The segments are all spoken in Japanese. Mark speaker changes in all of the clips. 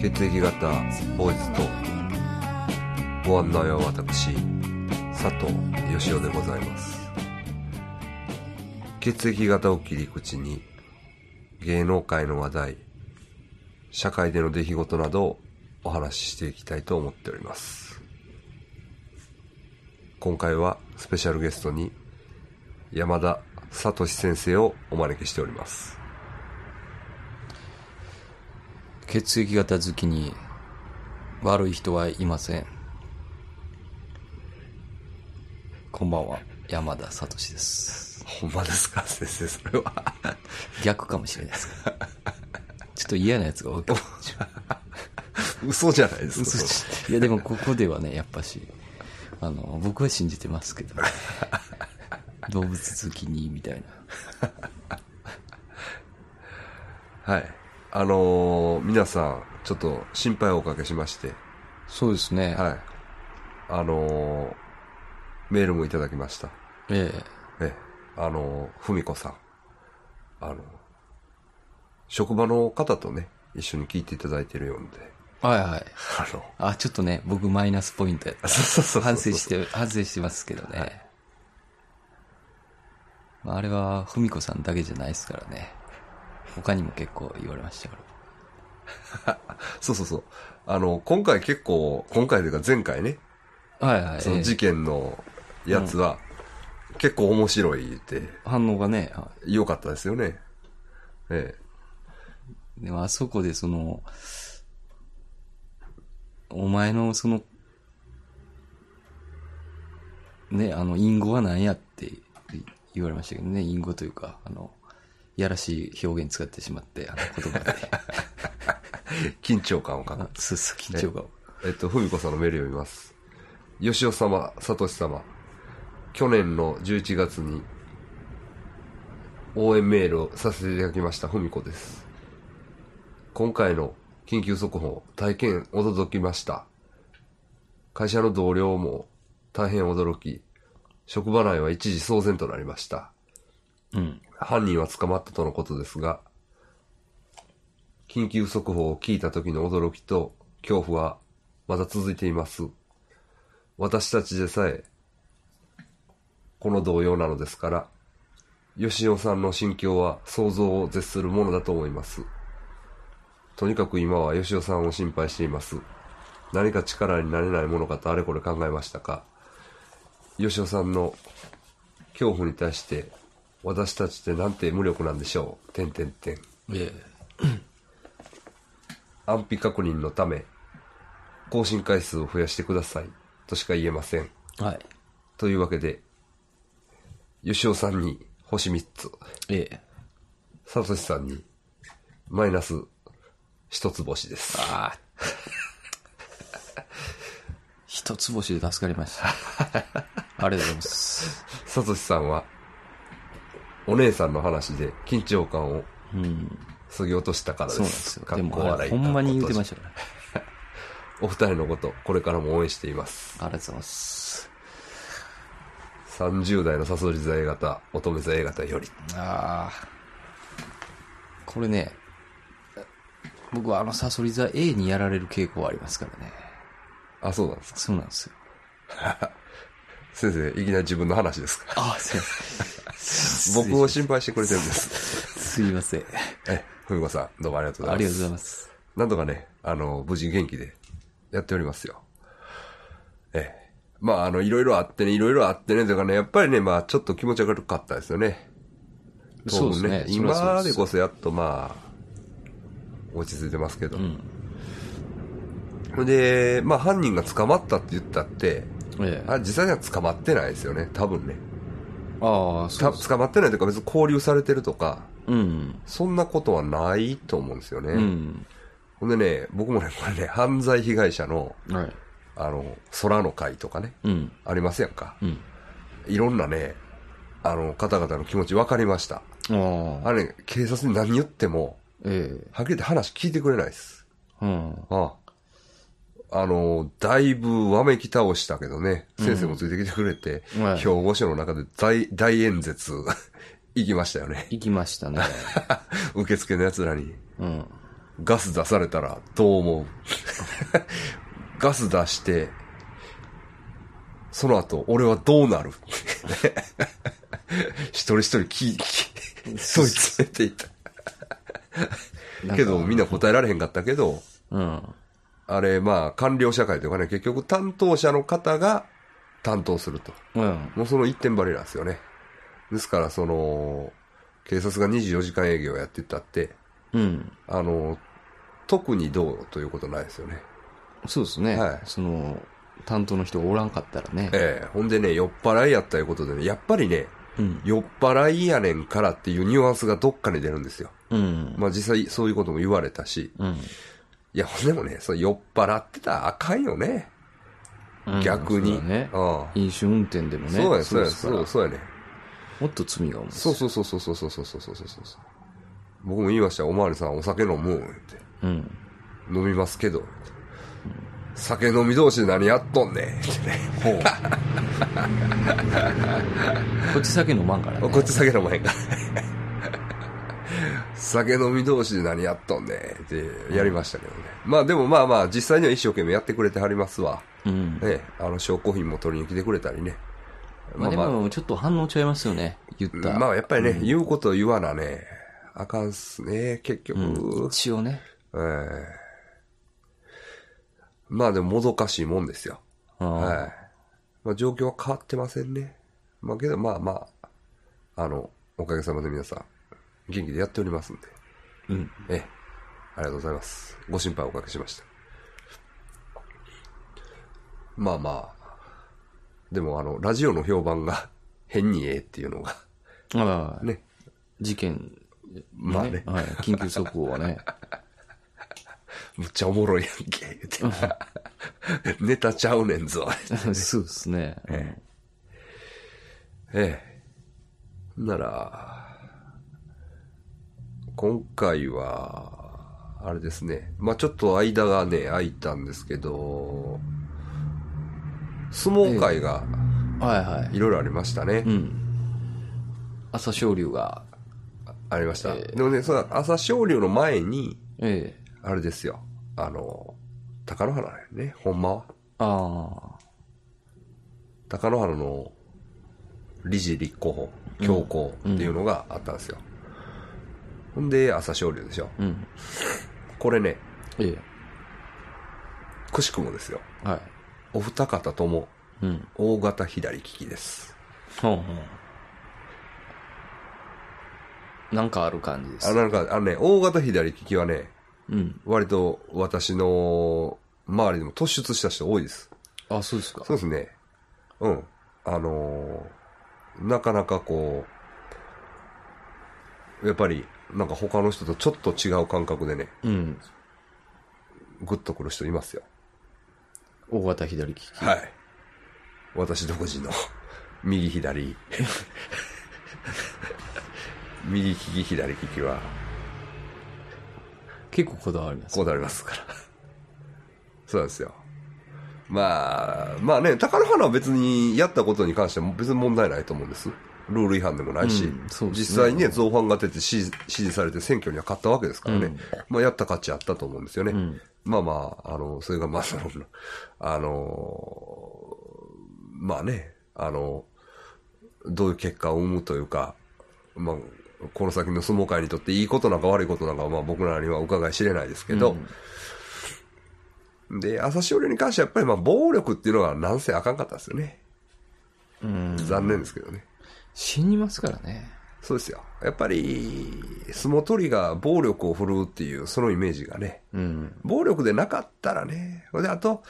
Speaker 1: 血液型ボーイズトークご案内は私佐藤義雄でございます血液型を切り口に芸能界の話題社会での出来事などをお話ししていきたいと思っております今回はスペシャルゲストに山田聡先生をお招きしております
Speaker 2: 血液型好きに悪い人はいませんこんばんは山田聡です
Speaker 1: ほんまですか先生それは
Speaker 2: 逆かもしれないですけどちょっと嫌なやつが多いかもしれない
Speaker 1: 嘘じゃないですか
Speaker 2: 嘘
Speaker 1: そ
Speaker 2: ついいやでもここではねやっぱしあの僕は信じてますけど動物好きにみたいな
Speaker 1: れはいあのー皆さんちょっと心配をおかけしまして
Speaker 2: そうですね、
Speaker 1: はいあのーメールもいただきました
Speaker 2: ええ
Speaker 1: ね、あの、ふみこさん。あの、職場の方とね、一緒に聞いていただいてるようで、
Speaker 2: はいはい
Speaker 1: あの、
Speaker 2: あちょっとね僕マイナスポイントやった
Speaker 1: そうそうそうそう
Speaker 2: 反省して、反省してますけどね。まあ、あれは、ふみこさんだけじゃないですからね。他にも結構言われましたから。
Speaker 1: そうそうそう。あの、今回結構、今回というか前回ね、
Speaker 2: はいはい。
Speaker 1: その事件のやつは、結構面白いって、
Speaker 2: 反応がね、あ
Speaker 1: 良かったですよね。え
Speaker 2: でもあそこでその、お前のその、ね、あの、隠語は何やって言われましたけどね、隠語というか、あの、いやらしい表現使ってしまって、あの言葉で。
Speaker 1: え緊張感をかく
Speaker 2: あ。 そうそう、緊張が。
Speaker 1: えっと、ふみこさんのメール読みます。吉尾様、さとし様、去年の11月に応援メールをさせていただきました、ふみこです。今回の緊急速報、体験驚きました。会社の同僚も大変驚き、職場内は一時騒然となりました。
Speaker 2: うん。
Speaker 1: 犯人は捕まったとのことですが、緊急速報を聞いた時の驚きと恐怖はまだ続いています。私たちでさえ、この動揺なのですから、吉尾さんの心境は想像を絶するものだと思います。とにかく今は吉尾さんを心配しています。何か力になれないものかとあれこれ考えましたか吉尾さんの恐怖に対して私たちってなんて無力なんでしょう。てんてんてん。
Speaker 2: ええ。
Speaker 1: 安否確認のため、更新回数を増やしてください。としか言えません。
Speaker 2: はい。
Speaker 1: というわけで、吉尾さんに星3つ、
Speaker 2: ええ。
Speaker 1: さとしさんにマイナス1つ星です。
Speaker 2: ああ。 一つ星で助かりま した。ありがとうございます。
Speaker 1: さとしさんは、お姉さんの話で緊張感を
Speaker 2: うん。
Speaker 1: 削ぎ落としたからで
Speaker 2: そうなんです
Speaker 1: す。
Speaker 2: よ。
Speaker 1: か
Speaker 2: で
Speaker 1: っこ
Speaker 2: も、あ
Speaker 1: 笑
Speaker 2: れ
Speaker 1: い。。
Speaker 2: ほんまに言ってましたたから。
Speaker 1: お二人のこと、これからも応援しています。
Speaker 2: ありがとうございます。
Speaker 1: 30代のサソリ座 A 型、乙女座 A 型より。
Speaker 2: ああ。これね、僕はあのサソリ座 A にやられる傾向はありますからね。
Speaker 1: あ、そうなんですか。
Speaker 2: そうなんですよ。
Speaker 1: 先生、いきなり自分の話ですか。
Speaker 2: ああ、すいません。
Speaker 1: 僕を心配してくれてるんです。
Speaker 2: すいません。
Speaker 1: え、ふみこさん、どうもありがとうございま
Speaker 2: あ
Speaker 1: す。
Speaker 2: りがとうございます。
Speaker 1: なんとかね、あの、無事元気でやっておりますよ。ええ。まあ、あの、いろいろあってね、いろいろあってね、というかね、やっぱりね、まあ、ちょっと気持ち悪かったですよね。
Speaker 2: そうです
Speaker 1: 当分
Speaker 2: ねそりゃそう
Speaker 1: 今
Speaker 2: で
Speaker 1: ですこそやっとまあ、落ち着いてますけど。で、まあ、犯人が捕まったって言ったって、
Speaker 2: ええ。
Speaker 1: あ実際には捕まってないですよね、多分ね。
Speaker 2: ああ、そう
Speaker 1: た
Speaker 2: です。
Speaker 1: 捕まってないというか、別に拘留されてるとか、
Speaker 2: うん。
Speaker 1: そんなことはないと思うんですよね。
Speaker 2: うん。
Speaker 1: ほんでね、僕もね、これね、犯罪被害者の、
Speaker 2: はい。
Speaker 1: あの、空の会とかね、
Speaker 2: うん。
Speaker 1: ありますやんか。
Speaker 2: うん。
Speaker 1: いろんなね、あの、方々の気持ち分かりました。
Speaker 2: ああ。
Speaker 1: あれ、ね、警察に何言っても、
Speaker 2: ええ。
Speaker 1: はっきり言って話聞いてくれないです。
Speaker 2: うん。
Speaker 1: ああ。あの、だいぶわめき倒したけどね、先生もついてきてくれて、
Speaker 2: はい
Speaker 1: 兵庫市の中で大大演説 行きましたよね。
Speaker 2: 行きましたね。
Speaker 1: 受付の奴らに。
Speaker 2: うん。
Speaker 1: ガス出されたらどう思う ガス出して、その後、俺はどうなる 一人一人き、き、 問い詰めていった。
Speaker 2: なんか
Speaker 1: けど、みんな答えられへんかったけど、
Speaker 2: うん。
Speaker 1: あれ、まあ、官僚社会というかね、結局担当者の方が担当すると。
Speaker 2: うん。
Speaker 1: もうその一点張りなんですよね。ですから、その、警察が24時間営業をやってたって、
Speaker 2: うん。
Speaker 1: あの、特にどうということないですよね。
Speaker 2: そうですね。
Speaker 1: はい
Speaker 2: その、担当の人がおらんかったらね。
Speaker 1: ええほんでね、酔っ払いやったいうことでね、やっぱりね、
Speaker 2: うん。
Speaker 1: 酔っ払いやねんからっていうニュアンスがどっかに出るんですよ。
Speaker 2: うん。
Speaker 1: まあ実際そういうことも言われたし、
Speaker 2: うん。
Speaker 1: いや、ほんでもね、それ酔っ払ってたらあかんよね。
Speaker 2: うん
Speaker 1: 逆に。
Speaker 2: そうだね。
Speaker 1: ああ
Speaker 2: 飲酒運転でもね。
Speaker 1: そうやね、そうやね、
Speaker 2: ですから
Speaker 1: そうそうやね。
Speaker 2: もっと罪が重いです。
Speaker 1: そうそうそうそうそうそうそうそうそうそうそう。僕も言いましたよおまわりさんお酒飲むって。
Speaker 2: うん。
Speaker 1: 飲みますけど。酒飲み同士で何やっとんねんってね。
Speaker 2: ほう。こっち酒飲まんから ね。
Speaker 1: こっち酒飲まへんから。酒飲み同士で何やっとんねんってやりましたけどね。まあでもまあまあ、実際には一生懸命やってくれてはりますわ。
Speaker 2: うん。
Speaker 1: ね、あの証拠品も取りに来てくれたりね。
Speaker 2: まあでも、ちょっと反応ちゃいますよね。言った。
Speaker 1: まあやっぱりね、言うことを言わなね、あかんっすね、結局。
Speaker 2: うん。一応ね。
Speaker 1: ええまあでももどかしいもんですよ。
Speaker 2: は
Speaker 1: はい。まあ状況は変わってませんね。まあけどまあまあ、あの、おかげさまで皆さん、元気でやっておりますんで。
Speaker 2: い。うん。
Speaker 1: ええ。ありがとうございます。ご心配おかけしました。まあまあ。でもあの、ラジオの評判が 変にええっていうのが、
Speaker 2: まあ、
Speaker 1: ね。
Speaker 2: 事件、
Speaker 1: まあね
Speaker 2: はい。緊急速報 はね。
Speaker 1: むっちゃおもろいやんけ、言うて。 ネタちゃうねんぞ、
Speaker 2: そうですね。
Speaker 1: えええ。なら、今回は、あれですね。まあちょっと間がね、空いたんですけど、相撲界が
Speaker 2: はいはい
Speaker 1: ろいろありましたね。
Speaker 2: い。うん。朝青龍が、
Speaker 1: ありました。
Speaker 2: ええ
Speaker 1: でもね、その朝青龍の前に、
Speaker 2: ええ。
Speaker 1: あれですよ。あの、貴乃花だよね、ほんまは。
Speaker 2: あ
Speaker 1: 貴乃花の理事立候補、強行っていうのがあったんですよ。ほんで、朝青龍でしょ。
Speaker 2: あ。うん。
Speaker 1: これね、
Speaker 2: ええ。
Speaker 1: くしくもですよ。
Speaker 2: はい。
Speaker 1: お二方とも、
Speaker 2: うん。
Speaker 1: 大型左利きです。
Speaker 2: ほうほう。なんかある感じで
Speaker 1: あ、
Speaker 2: す。
Speaker 1: なんか、あのね、大型左利きはね、
Speaker 2: うん。
Speaker 1: 割と私の周りでも突出した人多いです。
Speaker 2: あ、そうですか。
Speaker 1: そうですね。うん。あのーなかなかこう、やっぱり、なんか他の人とちょっと違う感覚でね、
Speaker 2: うん。
Speaker 1: グッとくる人いますよ。
Speaker 2: 大型左利き。
Speaker 1: はい。私独自の、右左。右利き左利きは、
Speaker 2: 結構こだわります。
Speaker 1: こうなりますから。そうなんですよ。まあ、まあね、高野花は別にやったことに関しては別に問題ないと思うんです。ルール違反でもないし、
Speaker 2: うんそうです
Speaker 1: 実
Speaker 2: ね
Speaker 1: 際にね、造反が出て支持支持されて選挙には勝ったわけですからね、
Speaker 2: うん
Speaker 1: まあやった価値あったと思うんですよね。
Speaker 2: うん
Speaker 1: まあまあ、あの、それがまあ、そのあの、まあね、あの、どういう結果を生むというか、まあ、この先の相撲界にとっていいことなんか悪いことなんかはまあ僕らには伺い知れないですけど、で、朝青龍に関してはやっぱりまあ暴力っていうのはなんせあかんかったですよね。
Speaker 2: うん。
Speaker 1: 残念ですけどね。
Speaker 2: 死にますからね。
Speaker 1: そうですよ。やっぱり、相撲取りが暴力を振るうっていうそのイメージがね、
Speaker 2: うん。
Speaker 1: 暴力でなかったらね、で、あと、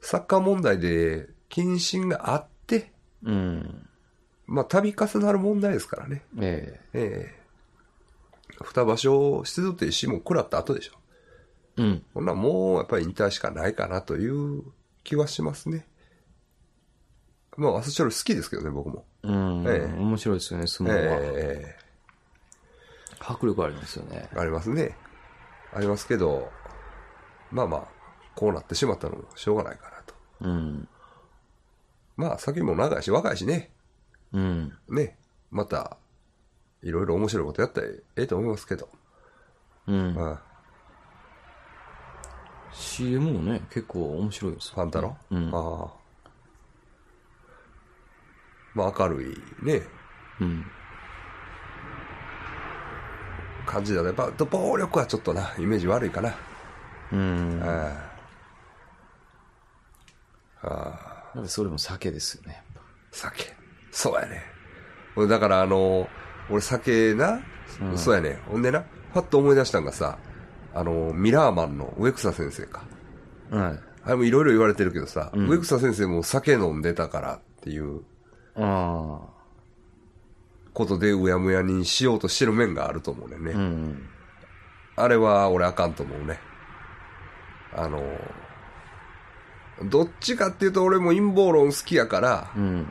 Speaker 1: サッカー問題で謹慎があって、
Speaker 2: うん。
Speaker 1: まあ、度重なる問題ですからね。
Speaker 2: え
Speaker 1: ええ二場所出場停止も食らった後でしょ。
Speaker 2: え。うん。
Speaker 1: こんなんもうやっぱり引退しかないかなという気はしますね。まあ、アスチョル好きですけどね、僕も。
Speaker 2: うん。
Speaker 1: ええ
Speaker 2: 面白いですよね、相撲は。
Speaker 1: え
Speaker 2: 迫力ありますよね。
Speaker 1: えありますね。ありますけど、まあまあ、こうなってしまったのもしょうがないかなと。
Speaker 2: うん。
Speaker 1: まあ、先も長いし、若いしね。
Speaker 2: うん。
Speaker 1: ね。また、いろいろ面白いことやったらええと思いますけど。
Speaker 2: うん。
Speaker 1: うん
Speaker 2: CM もね、結構面白いですよ
Speaker 1: ファンタロウ
Speaker 2: うん
Speaker 1: ああ。まあ明るいね、
Speaker 2: うん。
Speaker 1: 感じだね。やっぱ暴力はちょっとな、イメージ悪いかな。
Speaker 2: うん。
Speaker 1: え
Speaker 2: やっ
Speaker 1: え
Speaker 2: ぱりそれも酒ですよね。やっぱ
Speaker 1: 酒。そうやね。俺だからあの、俺酒な、
Speaker 2: うん
Speaker 1: そうやね。ほんでな、パッと思い出したんがさ、あの、ミラーマンの植草先生か。
Speaker 2: はい。
Speaker 1: あれもいろいろ言われてるけどさ、
Speaker 2: うん
Speaker 1: 植草先生も酒飲んでたからっていう
Speaker 2: あ
Speaker 1: ことでうやむやにしようとしてる面があると思うねんね。
Speaker 2: あ。うん。
Speaker 1: あれは俺あかんと思うね。あの、どっちかっていうと俺も陰謀論好きやから、
Speaker 2: うん。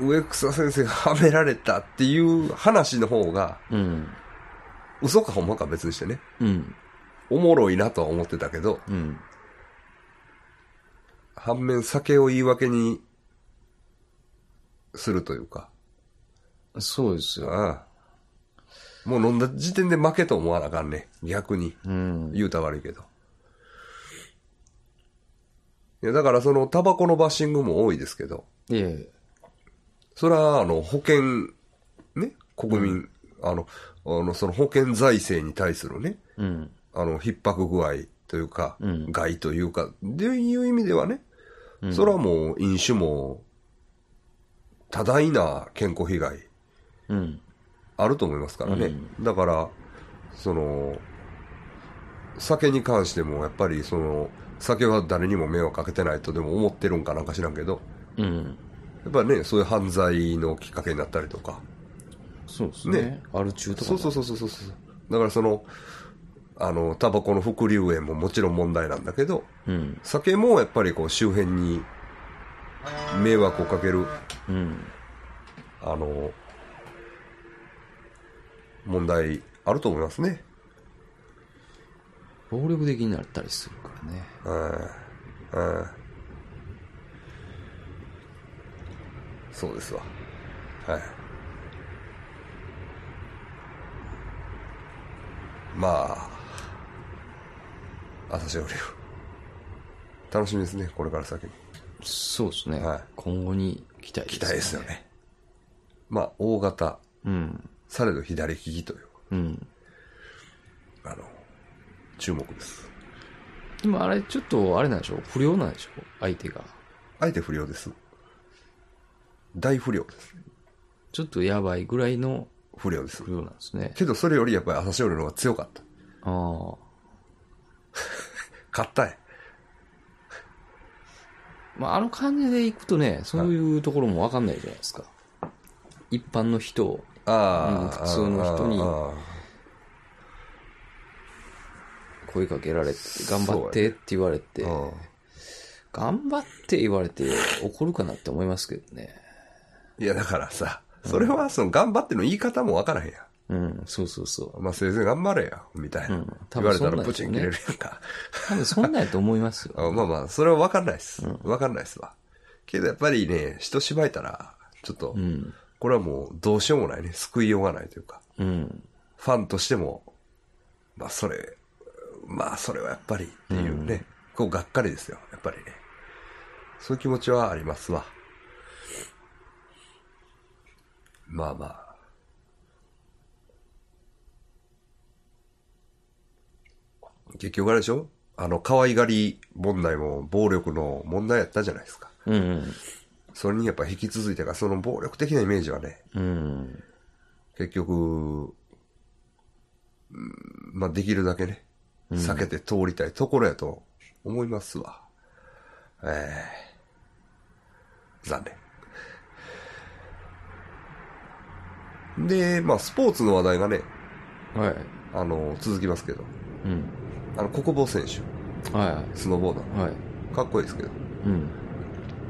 Speaker 1: 植草先生がはめられたっていう話の方が、
Speaker 2: うん。
Speaker 1: 嘘かほんまか別にしてね、
Speaker 2: うん。
Speaker 1: おもろいなとは思ってたけど、
Speaker 2: うん。
Speaker 1: 反面酒を言い訳にするというか、
Speaker 2: そうですよ。
Speaker 1: ああもう飲んだ時点で負けと思わなあかんね。逆に。
Speaker 2: うん。
Speaker 1: 言うたら悪いけど。いや、だからそのタバコのバッシングも多いですけど、
Speaker 2: いえ。
Speaker 1: それはあの保険、ね、国民、あの、あのその保険財政に対するね、
Speaker 2: うん。
Speaker 1: あの、逼迫具合というか、
Speaker 2: うん
Speaker 1: 害というか、でいう意味ではね、それはもう飲酒も、多大な健康被害
Speaker 2: うん。
Speaker 1: あると思いますからね。だから、その、酒に関してもやっぱりその、酒は誰にも迷惑かけてないとでも思ってるんかなんか知らんけど、
Speaker 2: うん。
Speaker 1: やっぱりね、そういう犯罪のきっかけになったりとか、
Speaker 2: そうですね。
Speaker 1: ね
Speaker 2: アル中とか
Speaker 1: そ
Speaker 2: も。
Speaker 1: うそうそうそうそうそう。だからその、あの、タバコの副流煙ももちろん問題なんだけど、
Speaker 2: うん。
Speaker 1: 酒もやっぱりこう周辺に迷惑をかける、
Speaker 2: うん。
Speaker 1: あの、問題あると思いますね。
Speaker 2: 暴力的になったりするからね。
Speaker 1: うん。うん。そうですわ。はい。まあ、朝青龍。楽しみですね、これから先に。
Speaker 2: そうですね。
Speaker 1: はい
Speaker 2: 今後に期待です、
Speaker 1: 期待ですよ。ね。まあ、大型、
Speaker 2: うん。
Speaker 1: されど左利きという、
Speaker 2: うん。
Speaker 1: あの、注目です。
Speaker 2: でもあれ、ちょっとあれなんでしょ不良なんでしょ相手が。
Speaker 1: あえて不良です。大不良です。
Speaker 2: ちょっとやばいぐらいの
Speaker 1: 不良です
Speaker 2: 不。良なんですね。
Speaker 1: けど、それよりやっぱり朝青龍の方が強かった。
Speaker 2: ああ。
Speaker 1: 勝ったい。
Speaker 2: まあ、あの感じでいくとね、そういうところもわかんないじゃないですか。一般の人を
Speaker 1: あ
Speaker 2: うん普通の人に
Speaker 1: あー
Speaker 2: 声かけられて、頑張っ
Speaker 1: そう
Speaker 2: てって言われて、
Speaker 1: あー
Speaker 2: 頑張って言われて怒るかなって思いますけどね。
Speaker 1: いや、だからさ、それはその頑張っての言い方もわからへんや
Speaker 2: うん、そうそうそ
Speaker 1: ん。まあ、せいぜい頑張れや、みたいな。
Speaker 2: うん多
Speaker 1: 言われ
Speaker 2: 分そ
Speaker 1: た
Speaker 2: うなん
Speaker 1: ら
Speaker 2: で
Speaker 1: プ
Speaker 2: す
Speaker 1: チ
Speaker 2: よ
Speaker 1: ン
Speaker 2: ね
Speaker 1: 切れるやんか。
Speaker 2: う。多分そんなんやと思いますよ。
Speaker 1: あまあまあ、それはわかんないです。わかんないですわ。けどやっぱりね、人芝居たら、ちょっと
Speaker 2: う、ん、
Speaker 1: これはもうどうしようもないね。救いようがないというか。
Speaker 2: うん、
Speaker 1: ファンとしても、まあそれ、まあそれはやっぱりっていうね、こうがっかりですよ、やっぱりね。そういう気持ちはありますわ。まあまあ。結局あれでしょあの、可愛がり問題も暴力の問題やったじゃないですか。
Speaker 2: うん、
Speaker 1: それにやっぱ引き続いてから、その暴力的なイメージはね、
Speaker 2: うん、
Speaker 1: 結局、うんまあ、できるだけね、避けて通りたいところやと思いますわ。ええ残念。で、まあ、スポーツの話題がね、
Speaker 2: はい、
Speaker 1: あの、続きますけど、
Speaker 2: うん、
Speaker 1: あの、国防選手、
Speaker 2: はい、
Speaker 1: スノーボーダ
Speaker 2: はい、はい、
Speaker 1: ー、かっこいいですけど、
Speaker 2: うん、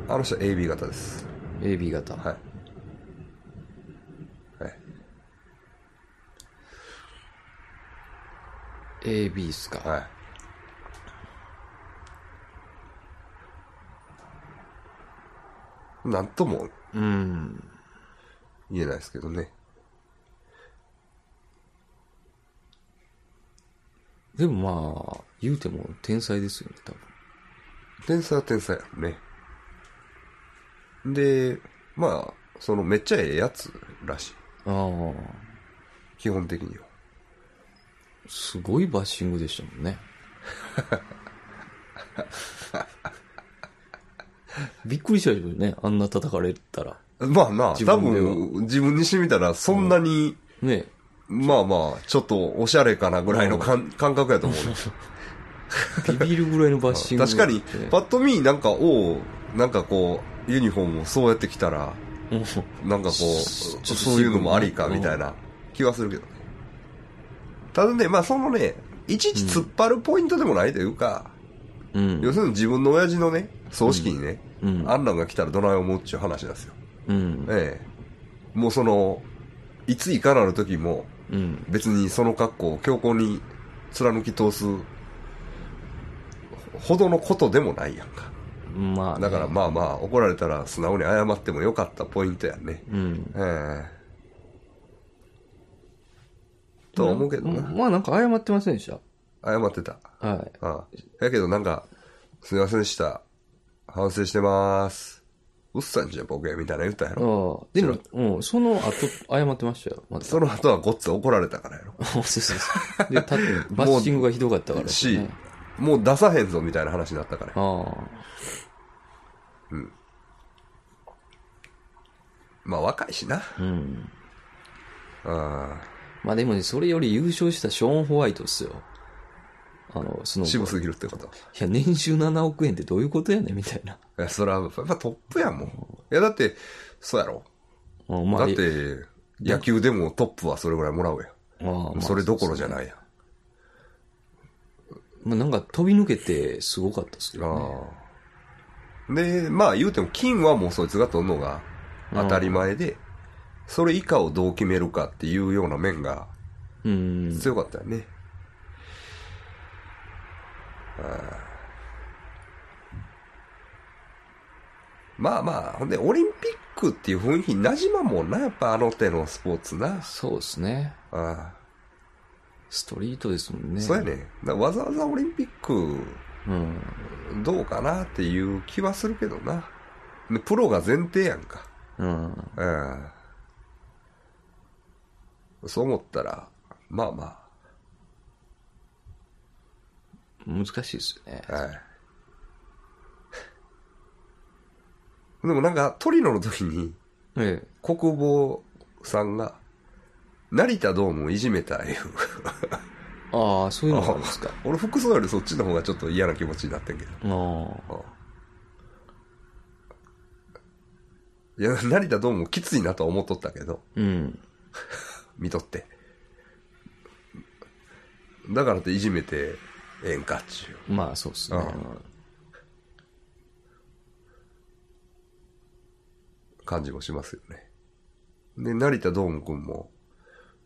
Speaker 1: あの人は AB 型です。
Speaker 2: AB 型。
Speaker 1: はい。はい。
Speaker 2: AB っすか。
Speaker 1: はい。なんとも
Speaker 2: うん、
Speaker 1: 言えないですけどね。
Speaker 2: でもまあ、言うても天才ですよね、多分。
Speaker 1: 天才は天才やもんね。で、まあ、そのめっちゃええやつらしい。
Speaker 2: ああ、
Speaker 1: 基本的には。
Speaker 2: すごいバッシングでしたもんね。びっくりしたでしょうね、あんな叩かれたら。
Speaker 1: まあな、
Speaker 2: 自
Speaker 1: 多
Speaker 2: 分では
Speaker 1: 分自分にしてみたらそんなに、
Speaker 2: ね
Speaker 1: まあまあ、ちょっとおしゃれかなぐらいのかん感覚やと思うね。
Speaker 2: ビビるぐらいのバッシング。
Speaker 1: 確かに、
Speaker 2: ね
Speaker 1: パッと見なんか、おうなんかこう、ユニフォームをそうやって着たら、
Speaker 2: うん
Speaker 1: なんかこう、
Speaker 2: ちょっと
Speaker 1: そういうのもありか、みたいな気はするけどね。ただね、まあそのね、いちいち突っ張るポイントでもないというか、
Speaker 2: うん。
Speaker 1: 要するに自分の親父のね、葬式にね、
Speaker 2: うん
Speaker 1: あんなんが来たらどない思うっていう話なんですよ。
Speaker 2: うん。
Speaker 1: ええ。もうその、いついかなる時も、
Speaker 2: うん。
Speaker 1: 別にその格好を強硬に貫き通すほどのことでもないやんか。
Speaker 2: まあ、
Speaker 1: だから、まあまあ、怒られたら素直に謝ってもよかったポイントやね。
Speaker 2: うん。
Speaker 1: ええとは思うけど
Speaker 2: ん
Speaker 1: な。
Speaker 2: まあなんか謝ってませんでした。
Speaker 1: 謝ってた。
Speaker 2: は
Speaker 1: ああやけどなんか、すみませんでした。反省してます。うっさんじゃん、僕や、みたいな言ったや
Speaker 2: い。ああ
Speaker 1: ろ。、
Speaker 2: でも、うん、その後、謝ってましたよ。また
Speaker 1: その後はごっつ怒られたからやろ。
Speaker 2: そうそうそう。で、たバッシングがひどかったから、ね。
Speaker 1: し、もう出さへんぞ、みたいな話になったからや。
Speaker 2: あ
Speaker 1: まあ若いしな。
Speaker 2: あ。うん。
Speaker 1: あ
Speaker 2: まあでもね、それより優勝したショーン・ホワイトっすよ。あの、そ
Speaker 1: あ
Speaker 2: の、い
Speaker 1: 渋すぎるってこと。
Speaker 2: や、年収7億円ってどういうことやねんみたいな。
Speaker 1: いや、それは、やっぱトップやもん。いや、だって、そうやろ。
Speaker 2: うんま
Speaker 1: だ
Speaker 2: あ、
Speaker 1: って、野球でもトップはそれぐらいもらうやん。
Speaker 2: ああまあ
Speaker 1: それどころじゃないやん。
Speaker 2: まあ、なんか飛び抜けてすごかったっすけどね。
Speaker 1: ああ。で、まあ言うても、金はもうそいつが取るのが当たり前で、それ以下をどう決めるかっていうような面が
Speaker 2: うん。
Speaker 1: 強かったよね。ああまあまあ、ほんで、オリンピックっていう雰囲気に馴染まんもんな、やっぱあの手のスポーツな。
Speaker 2: そうですね。
Speaker 1: あ
Speaker 2: ストリートですもん
Speaker 1: あ
Speaker 2: ね。
Speaker 1: そうやね。だからわざわざオリンピック
Speaker 2: うん。
Speaker 1: どうかなっていう気はするけどな。でプロが前提やんか。
Speaker 2: うん。
Speaker 1: うん。そう思ったら、まあま
Speaker 2: 難しいですよね。
Speaker 1: あ、 はい。でもなんか、トリノの時に、
Speaker 2: ええ。
Speaker 1: 国防さんが、成田ドームをいじめたいう。
Speaker 2: ああ、そういうのがある んですか。
Speaker 1: 俺、服装よりそっちの方がちょっと嫌な気持ちになってんけど。
Speaker 2: ああ。
Speaker 1: いや、成田ドームもきついなとは思っとったけど、
Speaker 2: うん。
Speaker 1: 見とって。だからっていじめて、ええんかっちゅう。
Speaker 2: まあ、そうっすね。
Speaker 1: うん感じもしますよね。で、成田ドームくんも、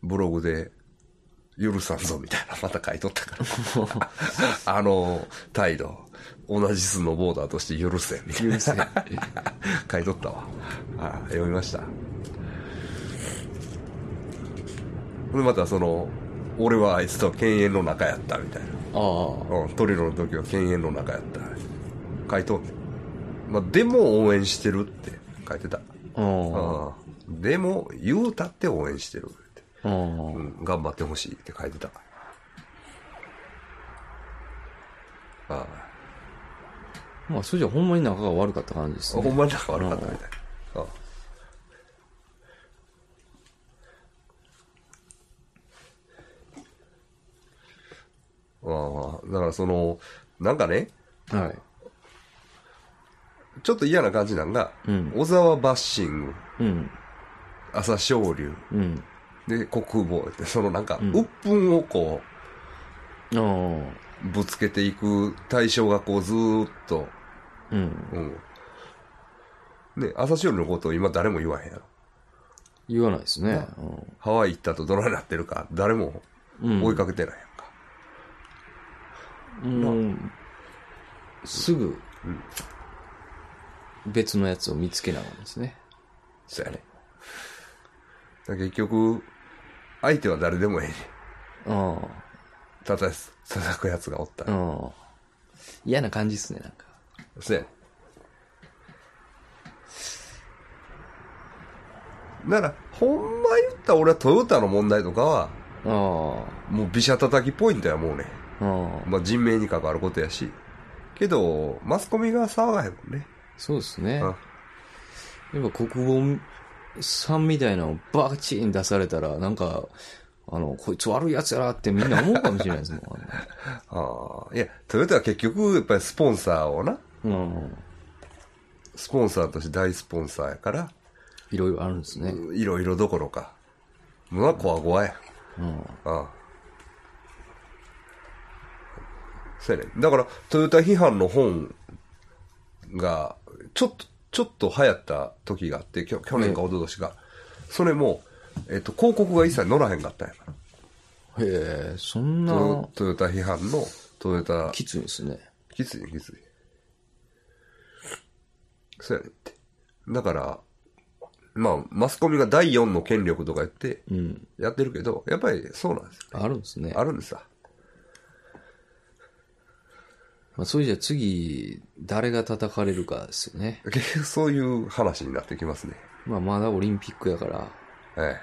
Speaker 1: ブログで、許さんぞみたいな、また書いとった から。あの、態度、同じスノーボーダーとして許せ、みたいな。 書いとったわ。あ読みました。で、またその、俺はあいつと犬猿の仲やった、みたいな。
Speaker 2: あ
Speaker 1: う
Speaker 2: あ。
Speaker 1: ん、トリロの時は犬猿の中やった。書いとんねん。まあ、でも応援してるって書いてた。
Speaker 2: あ
Speaker 1: うん。でも、言うたって応援してるって。
Speaker 2: あ。うん
Speaker 1: うん、頑張ってほしいって書いてた。あ
Speaker 2: まあ、それじゃほんまに仲が悪かった感じです
Speaker 1: あ、ほ
Speaker 2: ね。
Speaker 1: んまに仲悪かったみたいな。ああああだからその、なんかね、
Speaker 2: はい。
Speaker 1: ちょっと嫌な感じなんが、
Speaker 2: うん
Speaker 1: 小沢バッシング、
Speaker 2: うん。
Speaker 1: 朝青龍、
Speaker 2: うん。
Speaker 1: で、国防って、 そのなんか、
Speaker 2: ん
Speaker 1: 鬱憤をこ
Speaker 2: あ
Speaker 1: う、ぶつけていく対象がこう、ずーっと、
Speaker 2: あ。うん。
Speaker 1: うん。ね、朝青龍のことを今誰も言わへんやろ。
Speaker 2: 言わないですね。
Speaker 1: ハワイ行ったとどないなってるか、誰も
Speaker 2: うん。
Speaker 1: 追いかけてないやんか。
Speaker 2: うんうん。すぐ、別のやつを見つけながらですね。
Speaker 1: そうやね。だから結局、相手は誰でもええねん
Speaker 2: ああ。
Speaker 1: たたす、叩くやつがおった。
Speaker 2: うん。嫌な感じっすね、なんか。
Speaker 1: そうやねなら、ほんま言ったら俺はトヨタの問題とかは、
Speaker 2: あ
Speaker 1: もうビシャ叩きポイントやもうね。
Speaker 2: あ。うん。
Speaker 1: まあ人命に関わることやし。けど、マスコミが騒がへんもんね。
Speaker 2: そうですね。
Speaker 1: あ
Speaker 2: やっぱ国語さんみたいなのバチン出されたら、なんか、あの、こいつ悪いやつやなってみんな思うかもしれない ですもん。
Speaker 1: あ。いや、トヨタは結局、やっぱりスポンサーをな、
Speaker 2: うん。
Speaker 1: スポンサーとして大スポンサーやから、
Speaker 2: いろいろあるんですね。
Speaker 1: いろいろどころか。もうな、こわごわや。
Speaker 2: うん。
Speaker 1: ああ。そうやね。だから、トヨタ批判の本が、ちょっと、ちょっと流行った時があって、きょ去年か一昨年が。それも、えっと、広告が一切載らへんかったんやから。
Speaker 2: へえ、そん
Speaker 1: ト
Speaker 2: な
Speaker 1: ヨ、トヨタ批判の、トヨタ、
Speaker 2: きついんですね。
Speaker 1: きついきつい。そうやねって。だから、まあ、マスコミが第4の権力とか言って、
Speaker 2: うん。
Speaker 1: やってるけど、やっぱりそうなんですよ、ね。
Speaker 2: あるんですね。
Speaker 1: あるんですわ。
Speaker 2: まあ、それじゃあ次、誰が叩かれるかですよね。
Speaker 1: 結局そういう話になってきますね。
Speaker 2: まあ、まだオリンピックやから。
Speaker 1: え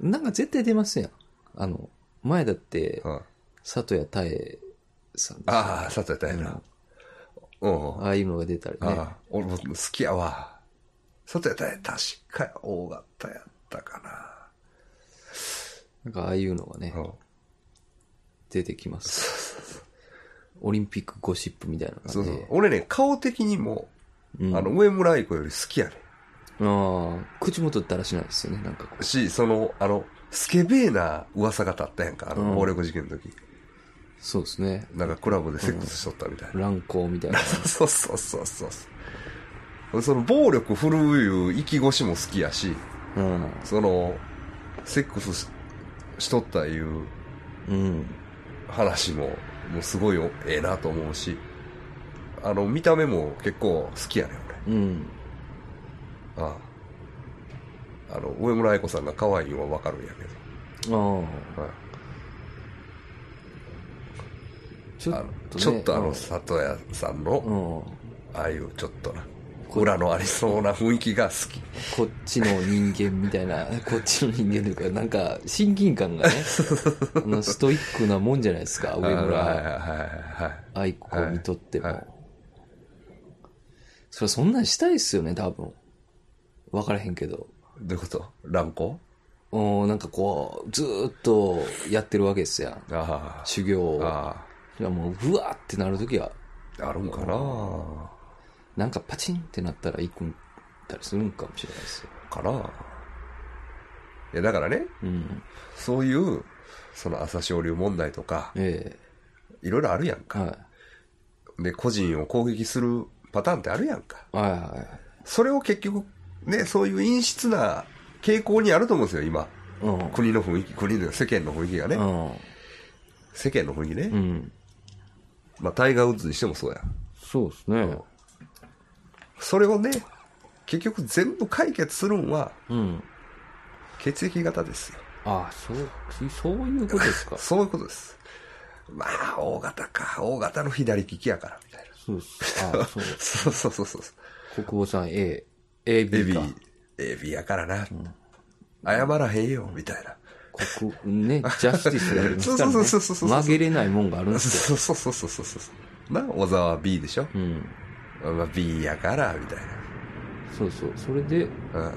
Speaker 2: なんか絶対出ますやん。あの、前だって
Speaker 1: え。、うん、
Speaker 2: 佐藤谷太江さんでしょ
Speaker 1: ああ、さてたやな。うん。あ
Speaker 2: ああいうのが出たりね。
Speaker 1: あ、俺も好きやわ。さてたや、確か大型やったか
Speaker 2: なんかああいうのがね
Speaker 1: な。、うん。
Speaker 2: 出てきます。 オリンピックゴシップみたいな
Speaker 1: そ
Speaker 2: 感
Speaker 1: う
Speaker 2: じ
Speaker 1: そう
Speaker 2: で。。
Speaker 1: 俺ね、顔的にも、
Speaker 2: うん
Speaker 1: あの、上村愛子より好きやね。
Speaker 2: ああ、口元だらしないですよね、なんかこう。
Speaker 1: し、その、あの、スケベーな噂が立ったやんか、あ
Speaker 2: うん
Speaker 1: の、暴力事件の時。
Speaker 2: そうですね。
Speaker 1: なんかクラブでセックスしとったみたいな。
Speaker 2: 乱行みたい な。
Speaker 1: そうそうそうそうそう。その暴力振るういう息越しも好きやし、
Speaker 2: うん。
Speaker 1: その、セックスししとったいう
Speaker 2: うん。
Speaker 1: 話も、もうすごいおええなと思うし、あの、見た目も結構好きやね、
Speaker 2: うん。
Speaker 1: 俺。あああの、上村愛子さんが可愛いのはわかるんやけ
Speaker 2: あ
Speaker 1: ど。はい
Speaker 2: あ。ちょ
Speaker 1: あ
Speaker 2: っ
Speaker 1: の
Speaker 2: と、ね。
Speaker 1: ちょっとあ
Speaker 2: う
Speaker 1: の、
Speaker 2: ん
Speaker 1: 里屋さんの、
Speaker 2: うん。
Speaker 1: ああいうちょっとな、裏のありそうな雰囲気が好き。
Speaker 2: こっちの人間みたいな、 こっちの人間というか、なんか、親近感 がね、あのストイックなもんじゃないですか、上
Speaker 1: はいはい
Speaker 2: 村
Speaker 1: はいはい。
Speaker 2: 愛子を見とっても。
Speaker 1: はいはい
Speaker 2: それはそんなんしたいっすよね、多分。わからへんけど。
Speaker 1: どういうこと乱行
Speaker 2: うん、なんかこう、ずーっとやってるわけですやん。
Speaker 1: あ
Speaker 2: 修行
Speaker 1: あ。
Speaker 2: を。
Speaker 1: あ
Speaker 2: それはもう、うわーってなるときは、
Speaker 1: あ。あるんかな
Speaker 2: なんかパチンってなったら行くんたりするんかもしれないですよ。
Speaker 1: かな。いや、だからね、
Speaker 2: うん。
Speaker 1: そういう、その朝青龍問題とか、
Speaker 2: え
Speaker 1: いろいろあるやん
Speaker 2: え
Speaker 1: か。
Speaker 2: はい。
Speaker 1: で、個人を攻撃するパターンってあるやんか。
Speaker 2: はいはい。
Speaker 1: それを結局、ね、そういう陰湿な傾向にあると思うんですよ、今。
Speaker 2: うん。
Speaker 1: 国の雰囲気、国の世間の雰囲気がね。世間の雰囲気ね。
Speaker 2: うん。うん。
Speaker 1: まあ、タイガー・ウッズにしてもそうや。
Speaker 2: そうですね。
Speaker 1: それをね、結局全部解決するんは
Speaker 2: うん。
Speaker 1: 血液型ですよ。。
Speaker 2: ああ、そう、そういうことです か
Speaker 1: そういうことです。まあ、大型か。大型の左利きやから、みたいな。
Speaker 2: そうです。ああ、そう。
Speaker 1: そうそうそうそう。
Speaker 2: 国保さん A、AB か。
Speaker 1: AB、AB やからな。謝らへんよ、みたいな。
Speaker 2: 国、ね、ジャスティスがありますから
Speaker 1: そう
Speaker 2: ね。
Speaker 1: そうそうそうそう
Speaker 2: 曲げれないもんがあるんですよ。
Speaker 1: そうそうそうそうそうそう。な、小沢 B でしょ、
Speaker 2: うん。
Speaker 1: まあ、B やから、みたい
Speaker 2: そうそう。それで、
Speaker 1: な。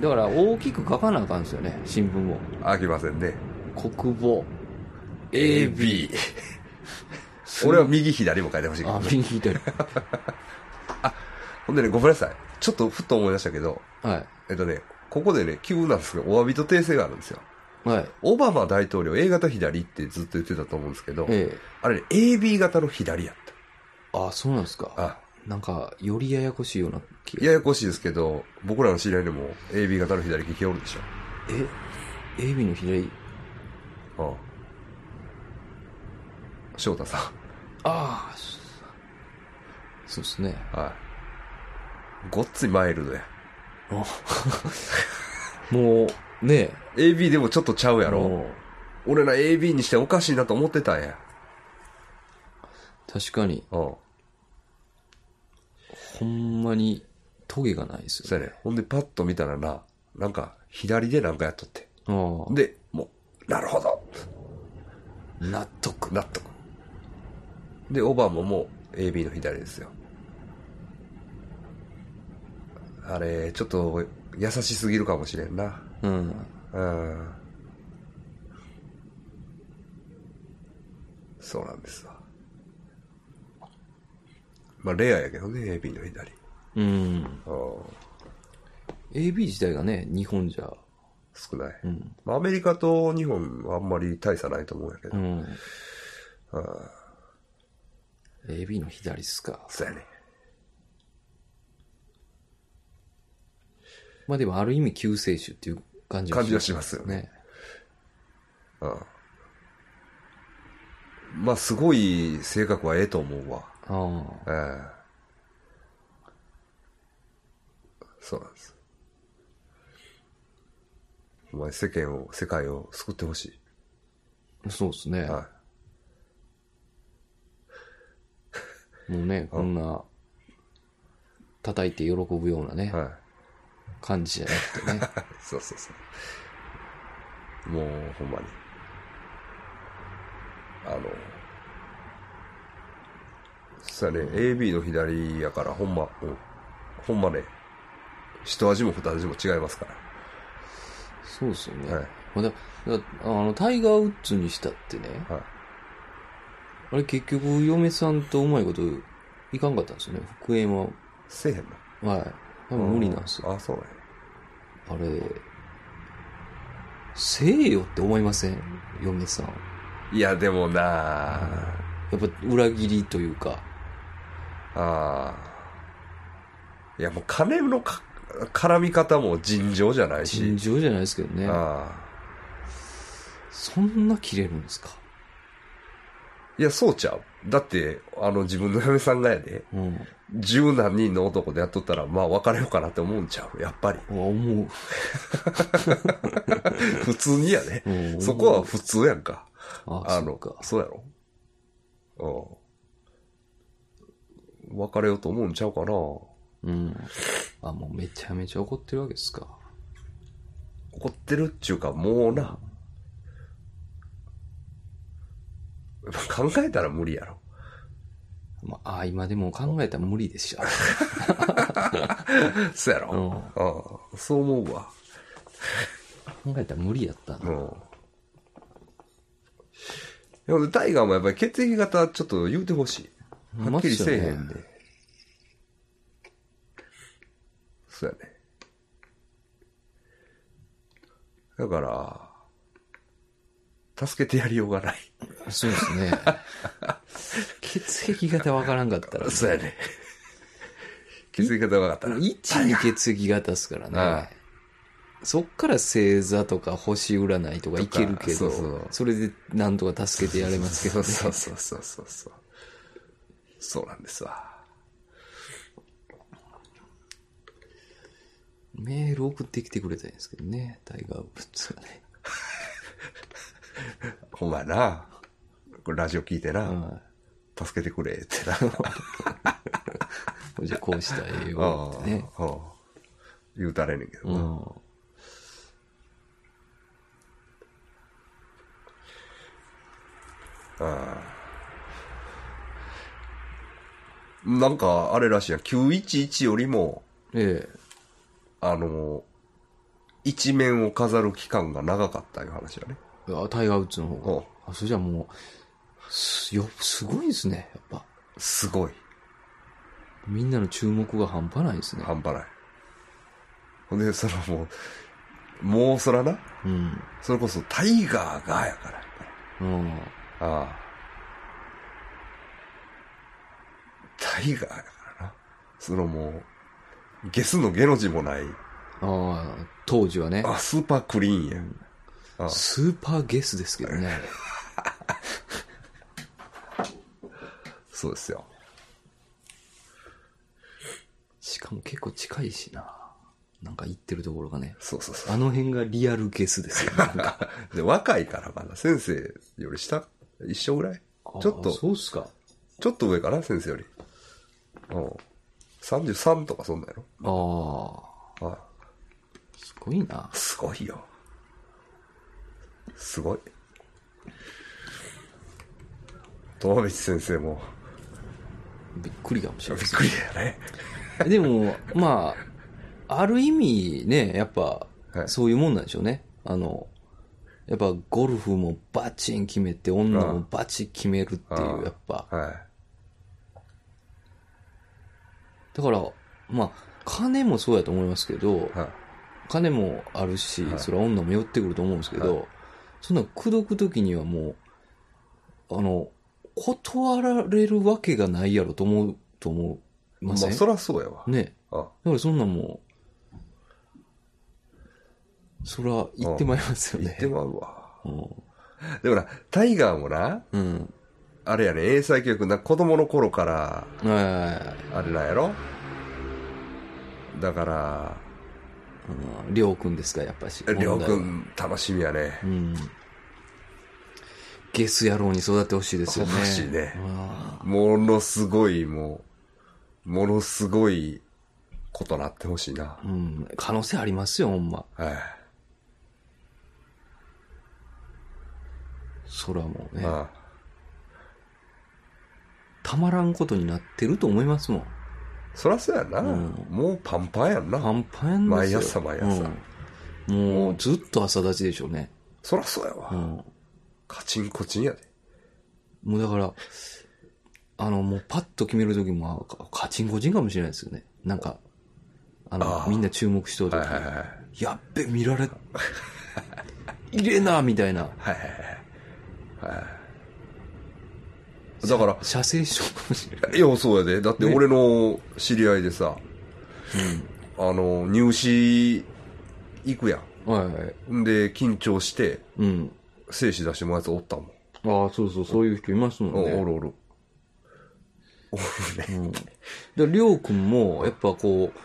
Speaker 2: だから大きく書かなあかんですよね、新聞も。
Speaker 1: うん。飽きませんね。
Speaker 2: 国防 AB。。
Speaker 1: 俺は右左も書いてほしいけど
Speaker 2: あ、右 左。
Speaker 1: ほんでね、ごめんなさい。ちょっとふっと思い出したけど、
Speaker 2: は
Speaker 1: えっとね、ここでね、急なんですけど、お詫びと訂正があるんですよ。
Speaker 2: い。はい。
Speaker 1: オバマ大統領 A 型左ってずっと言ってたと思うんですけど、
Speaker 2: ええ。
Speaker 1: あれね、AB 型の左やっ
Speaker 2: あ、そうなんです
Speaker 1: た。
Speaker 2: か。
Speaker 1: あ、
Speaker 2: なんか、よりややこしいような気が。
Speaker 1: ややこしいですけど、僕らの知り合いにも AB 型の左利きおるでし
Speaker 2: え ?AB の左。
Speaker 1: ょ。うん。翔太さ
Speaker 2: ああ、そそうですね。
Speaker 1: ん。はい。ごっついマイルドや。
Speaker 2: もう、ねえ。
Speaker 1: AB でもちょっとちゃうやろ。
Speaker 2: もう
Speaker 1: 俺ら AB にしておかしいなと思ってたんや。
Speaker 2: 確かに、
Speaker 1: うん。
Speaker 2: ほんまに、トゲがないです
Speaker 1: そ
Speaker 2: よ、
Speaker 1: うやね。ほんでパッと見たらな、なんか左でなんかやっとって。
Speaker 2: ああ
Speaker 1: で、もう、なるほど
Speaker 2: 納得。
Speaker 1: 納得。で、オバマも AB の左ですよ。あれ、ちょっと優しすぎるかもしれんな。
Speaker 2: うん。
Speaker 1: うん。そうなんですわ。まあ、レアやけどね、AB の左。
Speaker 2: うん。
Speaker 1: うん
Speaker 2: AB 自体がね、日本じゃ、
Speaker 1: 少ない。
Speaker 2: うん。
Speaker 1: まあ、アメリカと日本はあんまり大差ないと思うんやけど。
Speaker 2: うん。
Speaker 1: あ
Speaker 2: AB の左っすか。
Speaker 1: そうやね。
Speaker 2: まあでもある意味救世主っていう感じ
Speaker 1: 感じはしますよね。
Speaker 2: ね。
Speaker 1: まあ、すごい性格はええと思うわ。
Speaker 2: ああ。
Speaker 1: ええそうなんです。お前、世間を、世界を救ってほし
Speaker 2: そうですね
Speaker 1: い。。は
Speaker 2: もうね、こんな、叩いて喜ぶようなね
Speaker 1: い。、はい。
Speaker 2: 感じじゃな くてね。
Speaker 1: そうそうそう。もう、ほんまに。あの、そうやね、AB の左やから、ほんま、うん、ほんまね、一味も二味も違いますか
Speaker 2: そうですよね。
Speaker 1: はい
Speaker 2: まあだだあの、タイガー・ウッズにしたってね、
Speaker 1: ら。はい。
Speaker 2: あれ結局、嫁さんとうまいこといかんかったんですよね。復縁は、
Speaker 1: せえへん
Speaker 2: はい。多
Speaker 1: の
Speaker 2: 分無理なんですよ。
Speaker 1: あ、そうね。
Speaker 2: あれ、せえよって思いません嫁さん。
Speaker 1: いや、でもなあ
Speaker 2: やっぱ裏切りというか。
Speaker 1: あーいや、もう金のか絡み方も尋常じゃない
Speaker 2: 尋
Speaker 1: し。
Speaker 2: 常じゃないですけどね。
Speaker 1: ああ。
Speaker 2: そんな切れるんですか。
Speaker 1: いや、そうちゃう。だって、あの、自分の嫁さんがやで、
Speaker 2: うん。
Speaker 1: 十何人の男でやっとったら、まあ別れようかなって思うんちゃうやっぱり。
Speaker 2: あ思う。
Speaker 1: 普通にやね
Speaker 2: う。ん
Speaker 1: そこは普通やんか。
Speaker 2: あ、
Speaker 1: あ
Speaker 2: そ
Speaker 1: の
Speaker 2: うか、。
Speaker 1: そうやろ。うん。別れようと思うんちゃうかな。怒
Speaker 2: うん。あ、もうめちゃめちゃ怒ってるわけですか。
Speaker 1: ってるっちゅうか、もうな。考えたら無理やろ。
Speaker 2: まあ、あ今でも考えたら無理でしょ。
Speaker 1: そうやろ。うん。そう思うわ。
Speaker 2: 考えたら無理やった
Speaker 1: う
Speaker 2: な。
Speaker 1: ん。でもねタイガーもやっぱり血液型ちょっと言うてほしい。 はっきりせえへ
Speaker 2: ほん
Speaker 1: ん
Speaker 2: まっす
Speaker 1: で
Speaker 2: よ。
Speaker 1: そうやね。だから、助けてやりようが ない。
Speaker 2: そうですね。 血液型わからんかったら、
Speaker 1: そうやね。 血液型分かったら。
Speaker 2: 1に血液型っすから
Speaker 1: ああ
Speaker 2: ね。そっから星座とか星占いとかいけるけど、
Speaker 1: そ
Speaker 2: そう
Speaker 1: そう
Speaker 2: れでなんとか助けてやれますけど、ね。
Speaker 1: そうそうそうそうそう。そうなんですわ。
Speaker 2: メール送ってきてくれたらいいんですけどね、タイガー・ウッズがね。
Speaker 1: ほんまやな。これラジオ聞いてな。
Speaker 2: は
Speaker 1: 助けてくれってな。
Speaker 2: い。じゃあこうしたらええよってね。
Speaker 1: うんうん言うたれねんけど
Speaker 2: う
Speaker 1: な、
Speaker 2: ん。
Speaker 1: なんか、あれらしいやん。911よりも、
Speaker 2: ええ。
Speaker 1: あの、一面を飾る期間が長かったいう話だね。
Speaker 2: あタイガー・ウッズの方
Speaker 1: うん
Speaker 2: が。あ、それじゃあもう、す、よ、すごいですね、やっぱ。
Speaker 1: すごい。
Speaker 2: みんなの注目が半端ないですね。
Speaker 1: 半端ない。ほんで、そのもう、もうそらな。
Speaker 2: うん。
Speaker 1: それこそタイガーがやからやっぱり。
Speaker 2: うん。
Speaker 1: ああ。タイガーだからな。そのもう、ゲスのゲの字もない。
Speaker 2: ああ、当時はね、
Speaker 1: あ、スーパークリーンや。あ
Speaker 2: スーパーゲスですけどね。
Speaker 1: そうですよ。
Speaker 2: しかも結構近いしな。なんか言ってるところがね。
Speaker 1: そうそうそ
Speaker 2: あの辺がリアルゲスですよ、ね。なんか
Speaker 1: う。で、若いからまだ先生より下一緒ぐらい ちょっ
Speaker 2: あ
Speaker 1: と、
Speaker 2: そうっすか。
Speaker 1: ちょっと上かな先生より。うん。33とかそんなんや
Speaker 2: ああ、
Speaker 1: ろ。はい。
Speaker 2: すごいな。
Speaker 1: すごいよ。すごい。友道先生も、
Speaker 2: びっくりかもし
Speaker 1: び
Speaker 2: れ
Speaker 1: っ
Speaker 2: ないです
Speaker 1: くりだよね。
Speaker 2: でも、まあ、ある意味ね、やっぱ
Speaker 1: は、い
Speaker 2: そういうもんなんでしょうね。あの、やっぱゴルフもバチン決めて、女もバチ決めるっていうう、
Speaker 1: ん
Speaker 2: やっぱ。
Speaker 1: は
Speaker 2: だから、まあ、金もそうやと思いますけど
Speaker 1: い。、はい。
Speaker 2: 金もあるし、
Speaker 1: はい
Speaker 2: それは女も寄ってくると思うんですけ
Speaker 1: は
Speaker 2: ど、そんな口説くときにはもう、あの、断られるわけがないやろと思う、と思い
Speaker 1: ま
Speaker 2: ま
Speaker 1: あ、
Speaker 2: せん
Speaker 1: そらそうやわ。
Speaker 2: ね。
Speaker 1: あ
Speaker 2: だからそんなんもう、そら、行ってまいりますよ
Speaker 1: 言
Speaker 2: ね
Speaker 1: っ。てまうわ。
Speaker 2: うん
Speaker 1: でもな、タイガーもな、
Speaker 2: うん。
Speaker 1: あれやね、英才教育な、子供の頃から、
Speaker 2: はいはいはい
Speaker 1: あれなんやろだから、
Speaker 2: うん。りょうくんですか、やっぱし。
Speaker 1: りょうく
Speaker 2: 問
Speaker 1: ん、楽しみやね。
Speaker 2: 題は。うん。ゲス野郎に育ってほしいですよね。
Speaker 1: 欲しいね
Speaker 2: うん
Speaker 1: ものすごい、もう、ものすごいことなってほしいな。
Speaker 2: うん。可能性ありますよ、ほんま。
Speaker 1: はい。
Speaker 2: そらもうね。
Speaker 1: ああ
Speaker 2: たまらんことになってると思いますもん。
Speaker 1: そらそうやな、
Speaker 2: うん
Speaker 1: もうパンパンやんな。
Speaker 2: パンパンやんですよ。
Speaker 1: 毎朝毎朝
Speaker 2: うんもう、ずっと朝立ちでしょうね。
Speaker 1: そらそうやわ。
Speaker 2: うん。
Speaker 1: カチンコチンやで。
Speaker 2: もうだから、あの、もうパッと決めるときも、あカチンコチンかもしれないですよね。なんか、あの、
Speaker 1: ああ
Speaker 2: みんな注目しとるとき、
Speaker 1: はいはいはい。はい
Speaker 2: やっべ、見られ、 入れな、みたいな。
Speaker 1: はいはい。はい。だから、
Speaker 2: 射精しとるかもしれない。
Speaker 1: いや、そうやで。だって俺の知り合いでさ、あの、入試行くや
Speaker 2: うん。はいはい。
Speaker 1: ん。んで、緊張して、
Speaker 2: うん。
Speaker 1: 精子出してもらうやつおったもん。
Speaker 2: ああ、そうそう、そういう人いますもんね。
Speaker 1: おおるおる。おるね。
Speaker 2: うん。だからりょうくんも、やっぱこう、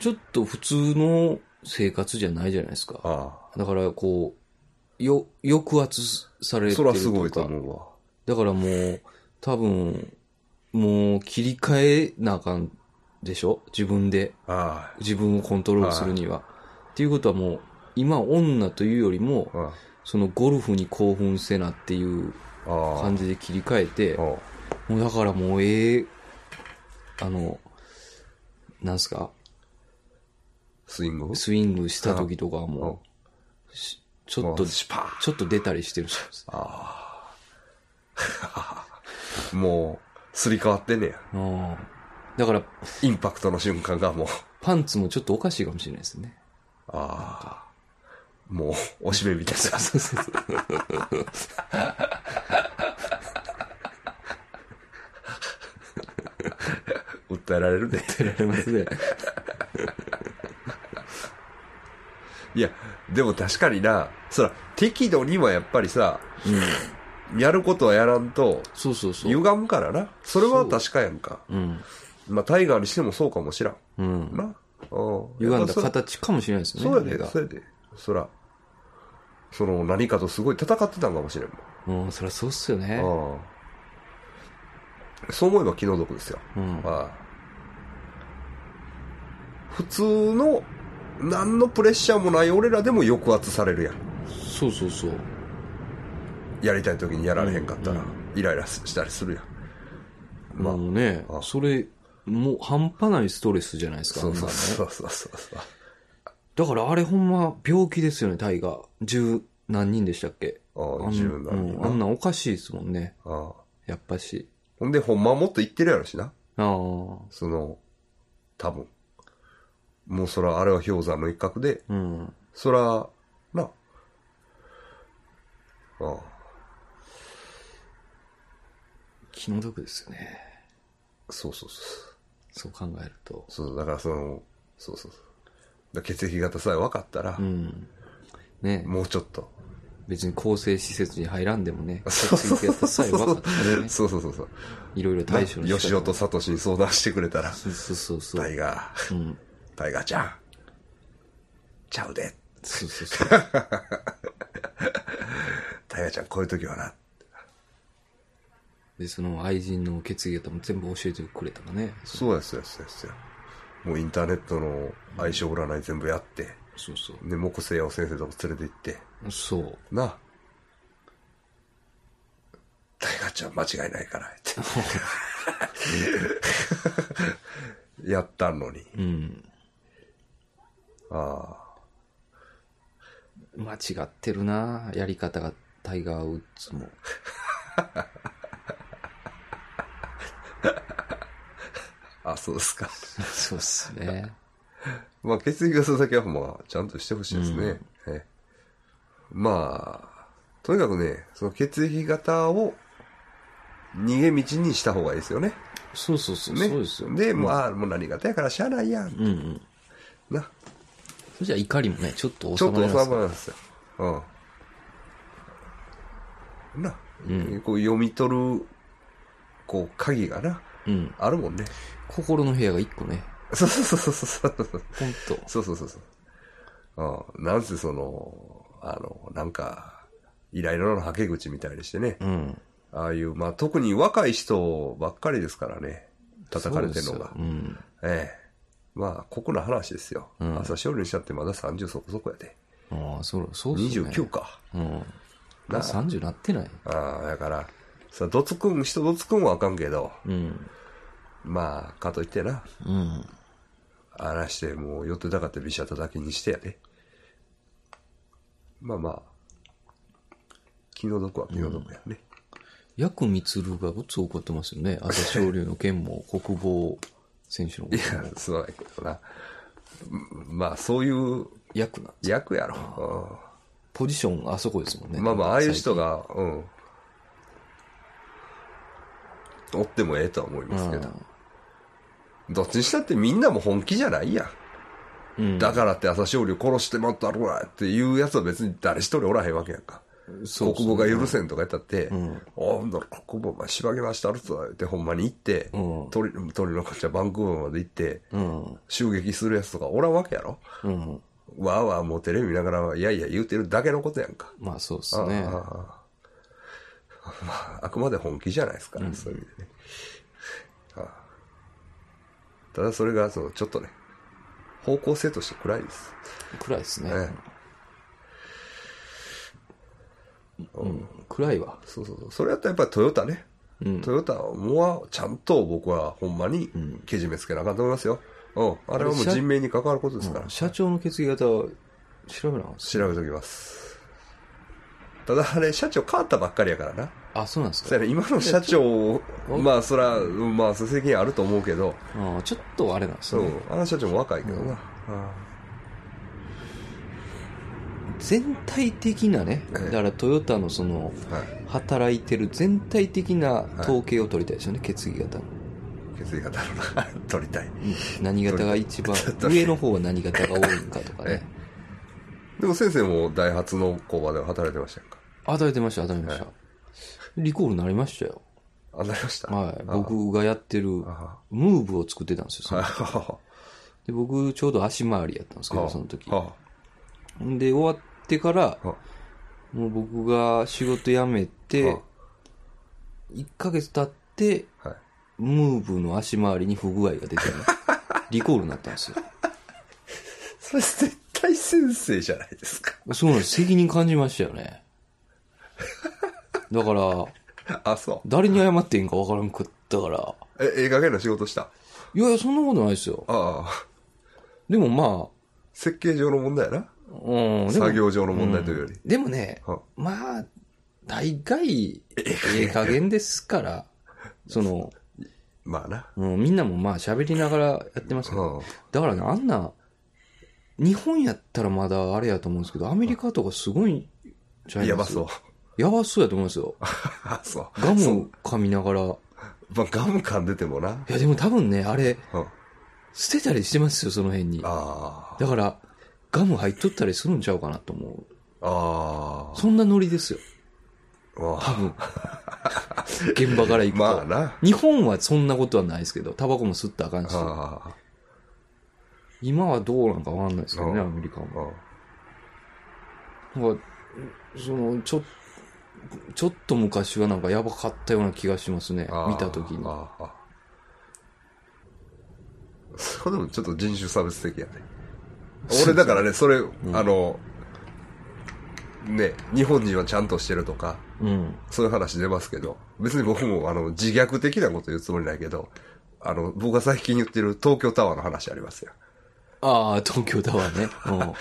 Speaker 2: ちょっと普通の生活じゃないじゃないですか。
Speaker 1: あ
Speaker 2: だから、こう、よ、抑圧され
Speaker 1: あ。そ
Speaker 2: てるという
Speaker 1: ら
Speaker 2: か。
Speaker 1: すごいと思うわ。
Speaker 2: だからもう、多分、もう切り替えなあかんでしょ自分で。
Speaker 1: あ
Speaker 2: 自分をコントロールするには。っていうことはもう、今女というよりも
Speaker 1: あ。、うんあ
Speaker 2: そのゴルフに興奮せなっていう
Speaker 1: あ。
Speaker 2: 感じで切り替えて、
Speaker 1: うん
Speaker 2: もうだからもうええ、あの、なんすか、
Speaker 1: スイング
Speaker 2: スイングした時とかは
Speaker 1: うん
Speaker 2: もう、しちょっと、
Speaker 1: うん
Speaker 2: ち
Speaker 1: シュパー
Speaker 2: ょっと出たりしてるし。
Speaker 1: もう、すり替わってんねや。
Speaker 2: うんだから、
Speaker 1: インパクトの瞬間がもう、
Speaker 2: パンツもちょっとおかしいかもしれないです ね。
Speaker 1: ああ、もう、おしめみたい な。
Speaker 2: そうそうそう。
Speaker 1: 訴えられるね。
Speaker 2: ってられますね。
Speaker 1: いや、でも確かにな、そら、適度にはやっぱりさ、やることはやらんと、
Speaker 2: そうそうそう。
Speaker 1: 歪むからな。それは確かやんか。
Speaker 2: うん。
Speaker 1: まあ、タイガーにしてもそうかもしらん。
Speaker 2: うん。
Speaker 1: な。うん。
Speaker 2: 歪ん
Speaker 1: や
Speaker 2: だ
Speaker 1: っぱそら
Speaker 2: 形かもしれないですね。
Speaker 1: そう
Speaker 2: あ
Speaker 1: や
Speaker 2: れ
Speaker 1: で、
Speaker 2: が
Speaker 1: そうやで。そら、その何かとすごい戦ってたんかもしれんもん。
Speaker 2: うん、そりゃそうっすよね。
Speaker 1: ああそう思えば気の毒ですよ。
Speaker 2: うん。
Speaker 1: ああ普通の、何のプレッシャーもない俺らでも抑圧されるやん。
Speaker 2: そうそうそう。
Speaker 1: やりたい時にやられへんかったら
Speaker 2: うん、
Speaker 1: イライラしたりするやん。ま
Speaker 2: ま
Speaker 1: あ
Speaker 2: あ、ね
Speaker 1: あ、
Speaker 2: それ、もう半端ないストレスじゃないですか。
Speaker 1: そうそう
Speaker 2: あんなのね
Speaker 1: そうそうそうそう。
Speaker 2: だからあれほんま病気ですよね、タイガー。十何人でしたっけ
Speaker 1: あ
Speaker 2: あ
Speaker 1: あ、
Speaker 2: ん
Speaker 1: 自分なの
Speaker 2: うんあん
Speaker 1: な。
Speaker 2: なんおかしいですもんね。
Speaker 1: ああ
Speaker 2: やっぱし。
Speaker 1: ほんで、ほんまはもっと言ってるやろしな。
Speaker 2: ああ。
Speaker 1: その、多分。もうそら、あれは氷山の一角で、
Speaker 2: うん。
Speaker 1: そら、な。ああ。
Speaker 2: 気の毒ですよね。
Speaker 1: そうそうそう。
Speaker 2: そう考えると。
Speaker 1: そう、だからその、そうそうそう。だから血液型さえ分かったら、
Speaker 2: うん。ね
Speaker 1: もうちょっと。
Speaker 2: 別に更生施設に入らんでもね、
Speaker 1: そう
Speaker 2: 血液型さえ分かったらね、
Speaker 1: そうそうそうそう。
Speaker 2: いろいろ対処の仕方
Speaker 1: 吉尾とサトシに相談してくれたら、
Speaker 2: そうそうそうそう。
Speaker 1: タイガー、
Speaker 2: うん。
Speaker 1: タイガーちゃん、ちゃうで。
Speaker 2: そうそ うそう。
Speaker 1: タイガちゃん、こういう時はな。
Speaker 2: で、その愛人の決意方も全部教えてくれたからね。
Speaker 1: そうや、そうや、そうや、そうや。もうインターネットの相性占い全部やって、
Speaker 2: そうそう。
Speaker 1: ね、もこせやを先生とこ連れて行って、
Speaker 2: そう。
Speaker 1: なあ。タイガちゃん間違いない から、って。やったのに。
Speaker 2: うん。
Speaker 1: ああ。
Speaker 2: 間違ってるなやり方がタイガー・ウッ ズも。
Speaker 1: あ、そうですか。
Speaker 2: そうっすね。
Speaker 1: まあ、血液型だけは、まあ、ちゃんとしてほしいですね。ええまあ、とにかくね、その血液型を逃げ道にした方がいいですよね。
Speaker 2: そうそうそう。
Speaker 1: ね。
Speaker 2: そうですよ。
Speaker 1: で、もう、ああ、もう何型やからしゃあないやん。
Speaker 2: うんうん。
Speaker 1: な。
Speaker 2: それじゃ怒りもね、ちょっと
Speaker 1: ち
Speaker 2: 収
Speaker 1: ょっ
Speaker 2: ま
Speaker 1: と
Speaker 2: り
Speaker 1: 収
Speaker 2: ます
Speaker 1: まらんですよ。うん。な。こう読み取る、こう、鍵がな、
Speaker 2: うん。
Speaker 1: あるもんね。
Speaker 2: 心の部屋が一個ね。
Speaker 1: そうそうそうそうそう。
Speaker 2: ほんと。
Speaker 1: そうそうそうそう。うん、なんせその、あの、なんか、イライラのはけ口みたいにしてね、
Speaker 2: うん。
Speaker 1: ああいう、まあ特に若い人ばっかりですからね、叩かれてるのが
Speaker 2: そうです。ようん。
Speaker 1: ええ。まあ、酷な話ですよ。
Speaker 2: うん
Speaker 1: 朝勝利にしちゃってまだ30そこそこやで。
Speaker 2: ああ、そう、そうっすね。
Speaker 1: 29。か。
Speaker 2: うん。
Speaker 1: な
Speaker 2: まだ30なってない。
Speaker 1: ああ、だから、さ、どつくん、人どつくんはあかんけど、
Speaker 2: うん。
Speaker 1: まあ、かといってな、
Speaker 2: うん。
Speaker 1: あらして、もう、寄ってたかってビシャ叩きにしてやで。まあまあ、気の毒は気の毒やね。
Speaker 2: ヤクミツルがうつ怒ってますよね。朝青龍の件も、国防選手のこと
Speaker 1: いや、そうだけどな。うんまあ、そういう
Speaker 2: ヤクな。
Speaker 1: 役やろ。
Speaker 2: ポジションあそこですもん
Speaker 1: う
Speaker 2: ね。
Speaker 1: ん、まあまあ、ああいう人が、うん。おってもええとは思いますけど。どっちにしたってみんなも本気じゃないやん。
Speaker 2: うん。
Speaker 1: だからって朝青龍殺してまったろらっていうやつは別に誰一人おらへんわけやんか。
Speaker 2: そう
Speaker 1: 国語が許せんとか言ったって、あ
Speaker 2: ん
Speaker 1: ほんなら国語お前しばげましたるぞってほんまに行って、
Speaker 2: うん
Speaker 1: 鳥鳥のこっちゃバンクーバーまで行って、
Speaker 2: うん。
Speaker 1: 襲撃するやつとかおらんわけやろ
Speaker 2: うん。
Speaker 1: わーわーもうテレビ見ながら、いやいや言うてるだけのことやんか。
Speaker 2: まあそうっすね
Speaker 1: あ。あまあ、あくまで本気じゃないですから、そういう意味でね。ああただそれが、その、ちょっとね、方向性として暗いです。
Speaker 2: 暗いですね。
Speaker 1: え
Speaker 2: うん。暗いわ。
Speaker 1: そうそうそう。それやったらやっぱりトヨタね。
Speaker 2: うん
Speaker 1: トヨタもはちゃんと僕はほんまにけじめつけなあかんと思いますよ。うん。あれはもう
Speaker 2: あれ社
Speaker 1: 人命に関わることですから。
Speaker 2: 社長の決議型は調べなかったっす
Speaker 1: 調べときます。ただあれ、社長変わったばっかりやからな。
Speaker 2: あ、そうなんです
Speaker 1: そう
Speaker 2: か。
Speaker 1: やね、今の社長を、まあそら、うんまあ責任あると思うけど、
Speaker 2: ああちょっとあれなんです
Speaker 1: そう
Speaker 2: ね。、
Speaker 1: あの社長も若いけどな。あ
Speaker 2: 全体的なね、
Speaker 1: ええ
Speaker 2: だからトヨタのその、
Speaker 1: あはい。
Speaker 2: 働いてる全体的な統計を取りたいですよね、決議型の。
Speaker 1: 決意型のな、取りたい。
Speaker 2: 何型が 一番、上の方は何型が多いんかとかね。
Speaker 1: でも先生もダイハツの工場で働いてましたやんか。
Speaker 2: 与えてました、与えてました。リコールになりましたよ。
Speaker 1: あ、なりました。
Speaker 2: はい。
Speaker 1: あ。
Speaker 2: 僕がやってる、ム
Speaker 1: あ
Speaker 2: ーブを作ってたんですよその時。
Speaker 1: は
Speaker 2: で、僕、ちょうど足回りやったんですけ
Speaker 1: は
Speaker 2: ど、その時。
Speaker 1: は
Speaker 2: で、終わってから、
Speaker 1: は
Speaker 2: もう僕が仕事辞めて、1ヶ月経って、
Speaker 1: はい。
Speaker 2: ムーブの足回りに不具合が 出てね、リコールになったんですよ。
Speaker 1: それ絶対先生じゃないですか。
Speaker 2: そうなんです。責任感じましたよね。だから、
Speaker 1: あ、そう。
Speaker 2: 誰に謝っていいんかわからんくったから。
Speaker 1: え、ええ加減な仕事した。
Speaker 2: いやいや、そんなことないですよ。
Speaker 1: ああ、
Speaker 2: でもま
Speaker 1: 設計上の問題やな。
Speaker 2: あ、うん、でも
Speaker 1: 作業上の問題というより。
Speaker 2: でもね
Speaker 1: は、
Speaker 2: まあ、大概、ええ加減ですから、その、
Speaker 1: まあな。
Speaker 2: うん、みんなもまあ喋りながらやってますけど、
Speaker 1: は
Speaker 2: だからね、あんな、日本やったらまだあれやと思うんですけど、アメリカとかすごいんじ
Speaker 1: あ、
Speaker 2: ゃない
Speaker 1: や
Speaker 2: で
Speaker 1: ば
Speaker 2: す
Speaker 1: そう
Speaker 2: か。。やばそうやと思うんですよ。
Speaker 1: あ、そう。
Speaker 2: ガム噛みながら。い
Speaker 1: まあ、ガム噛んでてもな。うん
Speaker 2: や、でも多分ね、あれ、
Speaker 1: あ
Speaker 2: 捨てたりしてますよ、その辺に。
Speaker 1: あ。
Speaker 2: だから、ガム入っとったりするんちゃうかなと思う。
Speaker 1: あ
Speaker 2: そんなノリですよ。多
Speaker 1: あ。
Speaker 2: 分。現場から行くと。
Speaker 1: まあな。
Speaker 2: 日本はそんなことはないですけど、タバコも吸ったらあかんし。
Speaker 1: ああ。
Speaker 2: 今はどうなんかわかんないですけどね、
Speaker 1: うん
Speaker 2: アメリカ
Speaker 1: う
Speaker 2: も。
Speaker 1: ん。
Speaker 2: なんか、その、ちょ、ちょっと昔はなんかやばかったような気がしますね
Speaker 1: あ。ー
Speaker 2: 見たときに。
Speaker 1: あーあーそれもちょっと人種差別的やね。俺だ からね、それ、あの、ね、日本人はちゃんとしてるとか、
Speaker 2: うん。
Speaker 1: そういう話出ますけど、別に僕もあの自虐的なこと言うつもりないけど、あの、僕が最近言ってる東京タワーの話ありますよ。
Speaker 2: ああ、東京タワ ーね。うん。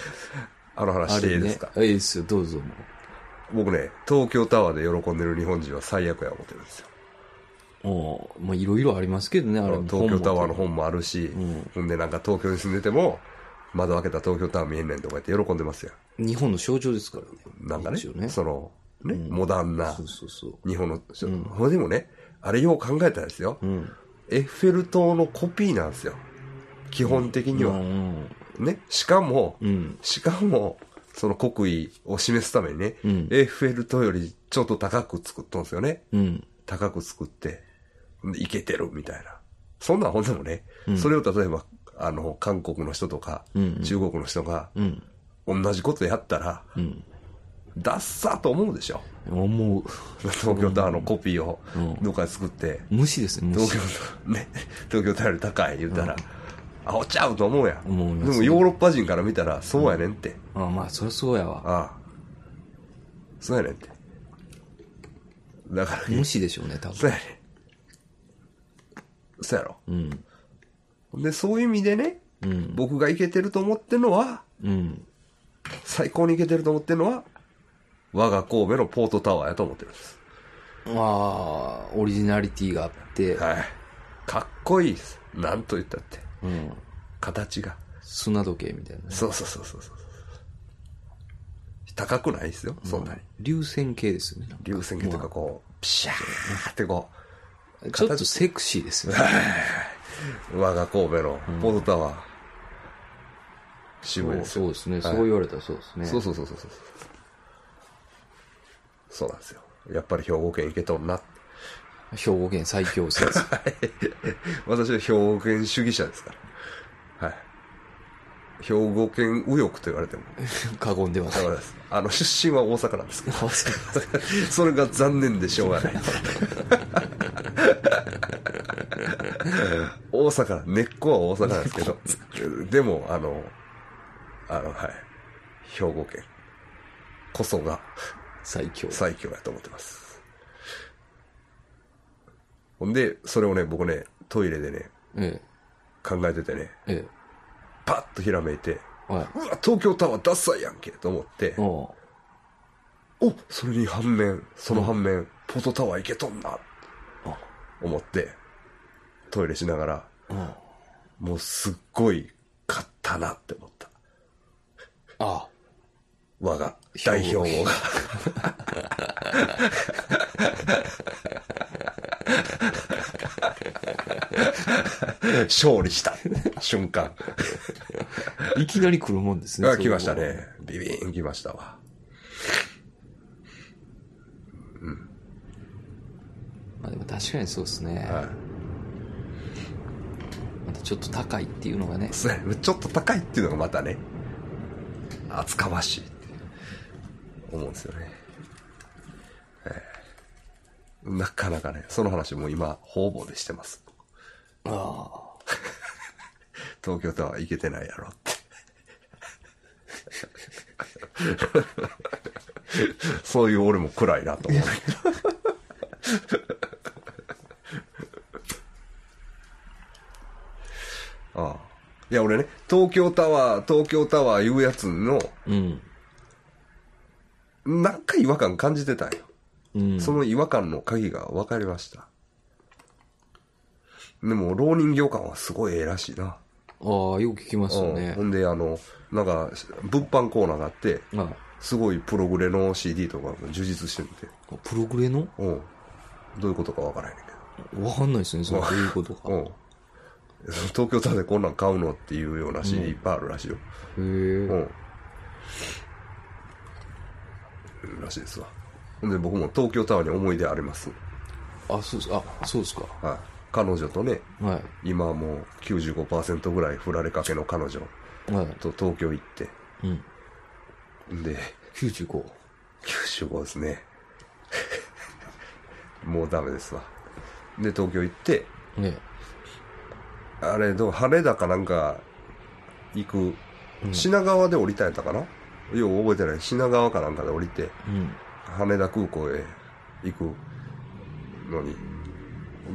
Speaker 1: あの話
Speaker 2: あ
Speaker 1: してい
Speaker 2: れ
Speaker 1: い
Speaker 2: ね。
Speaker 1: ですか、
Speaker 2: いいですよ、どうぞ。
Speaker 1: 僕ね、東京タワーで喜んでる日本人は最悪や思ってるんですよ。
Speaker 2: もう、もういろいろありますけどね、あれも
Speaker 1: 東京タワーの
Speaker 2: 本
Speaker 1: 本もあるし、
Speaker 2: ん
Speaker 1: ほんでなんか東京に住んでても、窓開けた東京タワー見えんねんとか言って喜んでますよ。
Speaker 2: も日本の象徴ですからね。
Speaker 1: なんかね、
Speaker 2: 一応ね。そ
Speaker 1: その、ね、モダンな
Speaker 2: うそうそう。
Speaker 1: 日本の、ほんでもね、あれよう考えたらですよ、
Speaker 2: うん。
Speaker 1: エッフェル塔のコピーなんですよ。基本的には。
Speaker 2: うん。
Speaker 1: ね、しかも、
Speaker 2: うん。
Speaker 1: しかも、その国威を示すためにね、
Speaker 2: うん
Speaker 1: エッフェル塔よりちょっと高く作ったんですよね。
Speaker 2: うん。
Speaker 1: 高く作って、いけてるみたいな。そんなんほんでもね、
Speaker 2: うん
Speaker 1: それを例えば、あの、韓国の人とか、
Speaker 2: うんうん
Speaker 1: 中国の人が、
Speaker 2: うん。
Speaker 1: 同じことやったら、
Speaker 2: うん。
Speaker 1: ダッサーと思うでしょ。
Speaker 2: 思う。
Speaker 1: 東京タワーのコピーを
Speaker 2: うん
Speaker 1: どっかで作って、
Speaker 2: 無視ですね、無
Speaker 1: 東
Speaker 2: 視
Speaker 1: 京。タワー、ね、東京タワーより高い言うたら、あおちゃうと思うやん。
Speaker 2: 思いますね
Speaker 1: でもヨーロッパ人から見たら、そうやねんって。
Speaker 2: あまあ、そりゃそうやわ。
Speaker 1: ああ。そうやねんって。だから、
Speaker 2: 無視でしょうね、多分。
Speaker 1: そうやねん。そうやろ。
Speaker 2: うん。
Speaker 1: で、そういう意味でね、
Speaker 2: うん。
Speaker 1: 僕がいけてると思ってるのは、
Speaker 2: うん。
Speaker 1: 最高にいけてると思ってるのは、我が神戸のポートタワーやと思ってるんです。
Speaker 2: ああ、オリジナリティがあって、
Speaker 1: はい。かっこいいです。なんと言ったって。
Speaker 2: うん。
Speaker 1: 形が。
Speaker 2: 砂時計みたいなね。
Speaker 1: そうそうそうそうそう。高くないですよ、そんなに。
Speaker 2: 流線形ですよね。
Speaker 1: 流線形とかこう、ピシャーってこ
Speaker 2: ちょっとセクシーですよね。
Speaker 1: う、我が神戸のポートタワー。渋いです
Speaker 2: そう
Speaker 1: よ。
Speaker 2: ですね。そう言われたらそうですね。
Speaker 1: そうそうそうそうそう。そうなんですよ。やっぱり兵庫県行けとんなって。
Speaker 2: 兵庫県最 強説。
Speaker 1: 私は兵庫県主義者ですから。はい。兵庫県右翼と言われても。
Speaker 2: 過言ではな
Speaker 1: ダ
Speaker 2: い。
Speaker 1: メです。あの、出身は大阪なんですけど。それが残念でしょうがない。大阪、根っこは大阪なんですけど。でも、あの、あの、はい。兵庫県こそが
Speaker 2: 最強。
Speaker 1: 最強やと思ってます。ほんで、それをね、僕ね、トイレでね、
Speaker 2: え
Speaker 1: 考えててね、
Speaker 2: え。え
Speaker 1: パッとひらめいて、。
Speaker 2: え。はいう
Speaker 1: わ、東京タワーダッサいやんけと思って、
Speaker 2: おう
Speaker 1: おそれに反面、その反面、ポートタワー行けとんな、思って、トイレしながら、
Speaker 2: おうあ
Speaker 1: もうすっごい勝ったなって思った。
Speaker 2: あ。
Speaker 1: 我が代表をが。 勝利した瞬 間。
Speaker 2: いきなり来るもんですね。
Speaker 1: あ、
Speaker 2: そうい
Speaker 1: 来
Speaker 2: うの
Speaker 1: ました。ね。ビビーン来ましたわ。
Speaker 2: まあでも確かにそうですね。
Speaker 1: はい。
Speaker 2: またちょっと高いっていうのがね。
Speaker 1: そうやね ちょっと高いっていうのがまたね、厚かましいって思うんですよね。えーなかなかね、その話も今、方々でしてます。
Speaker 2: ああ。
Speaker 1: 東京タワー行けてないやろって。 そういう俺も暗いなと思う。ああいや俺ね、東京タワー、東京タワーいうやつの、
Speaker 2: うん。
Speaker 1: なんか違和感感じてたんよ。
Speaker 2: うん。
Speaker 1: その違和感の鍵が分かりました。でも、浪人業感はすごいええらしいな。
Speaker 2: ああ、よく聞きますよね
Speaker 1: ん、ほ。んで、あの、なんか、物販コーナーがあって、
Speaker 2: あ
Speaker 1: すごいプログレの CD とかが充実してるんで、
Speaker 2: あプログレの
Speaker 1: うん。どういうことかわからへんねんけ
Speaker 2: わかんないですね。そのどういうことか。
Speaker 1: ど。うん。東京タワーでこんなん買うのっていうような CD いっぱいあるらしいよ。う
Speaker 2: へえ。
Speaker 1: ん。らしいですわ。ほんで、僕も東京タワーに思い出あります。
Speaker 2: あ、そうです。あ、そうですか。
Speaker 1: はい。彼女とね、
Speaker 2: は
Speaker 1: 今はもう95%ぐらい振られかけの彼女
Speaker 2: い。はい。
Speaker 1: と東京行って、
Speaker 2: うん。
Speaker 1: んで、
Speaker 2: 95。
Speaker 1: 95ですね。 もうダメですわ。で、東京行って、
Speaker 2: ね
Speaker 1: あれ、どう羽田かなんか行く、品川で降りたんやったかな、よう覚えてない。品川かなんかで降りて、
Speaker 2: うん。
Speaker 1: 羽田空港へ行くのに。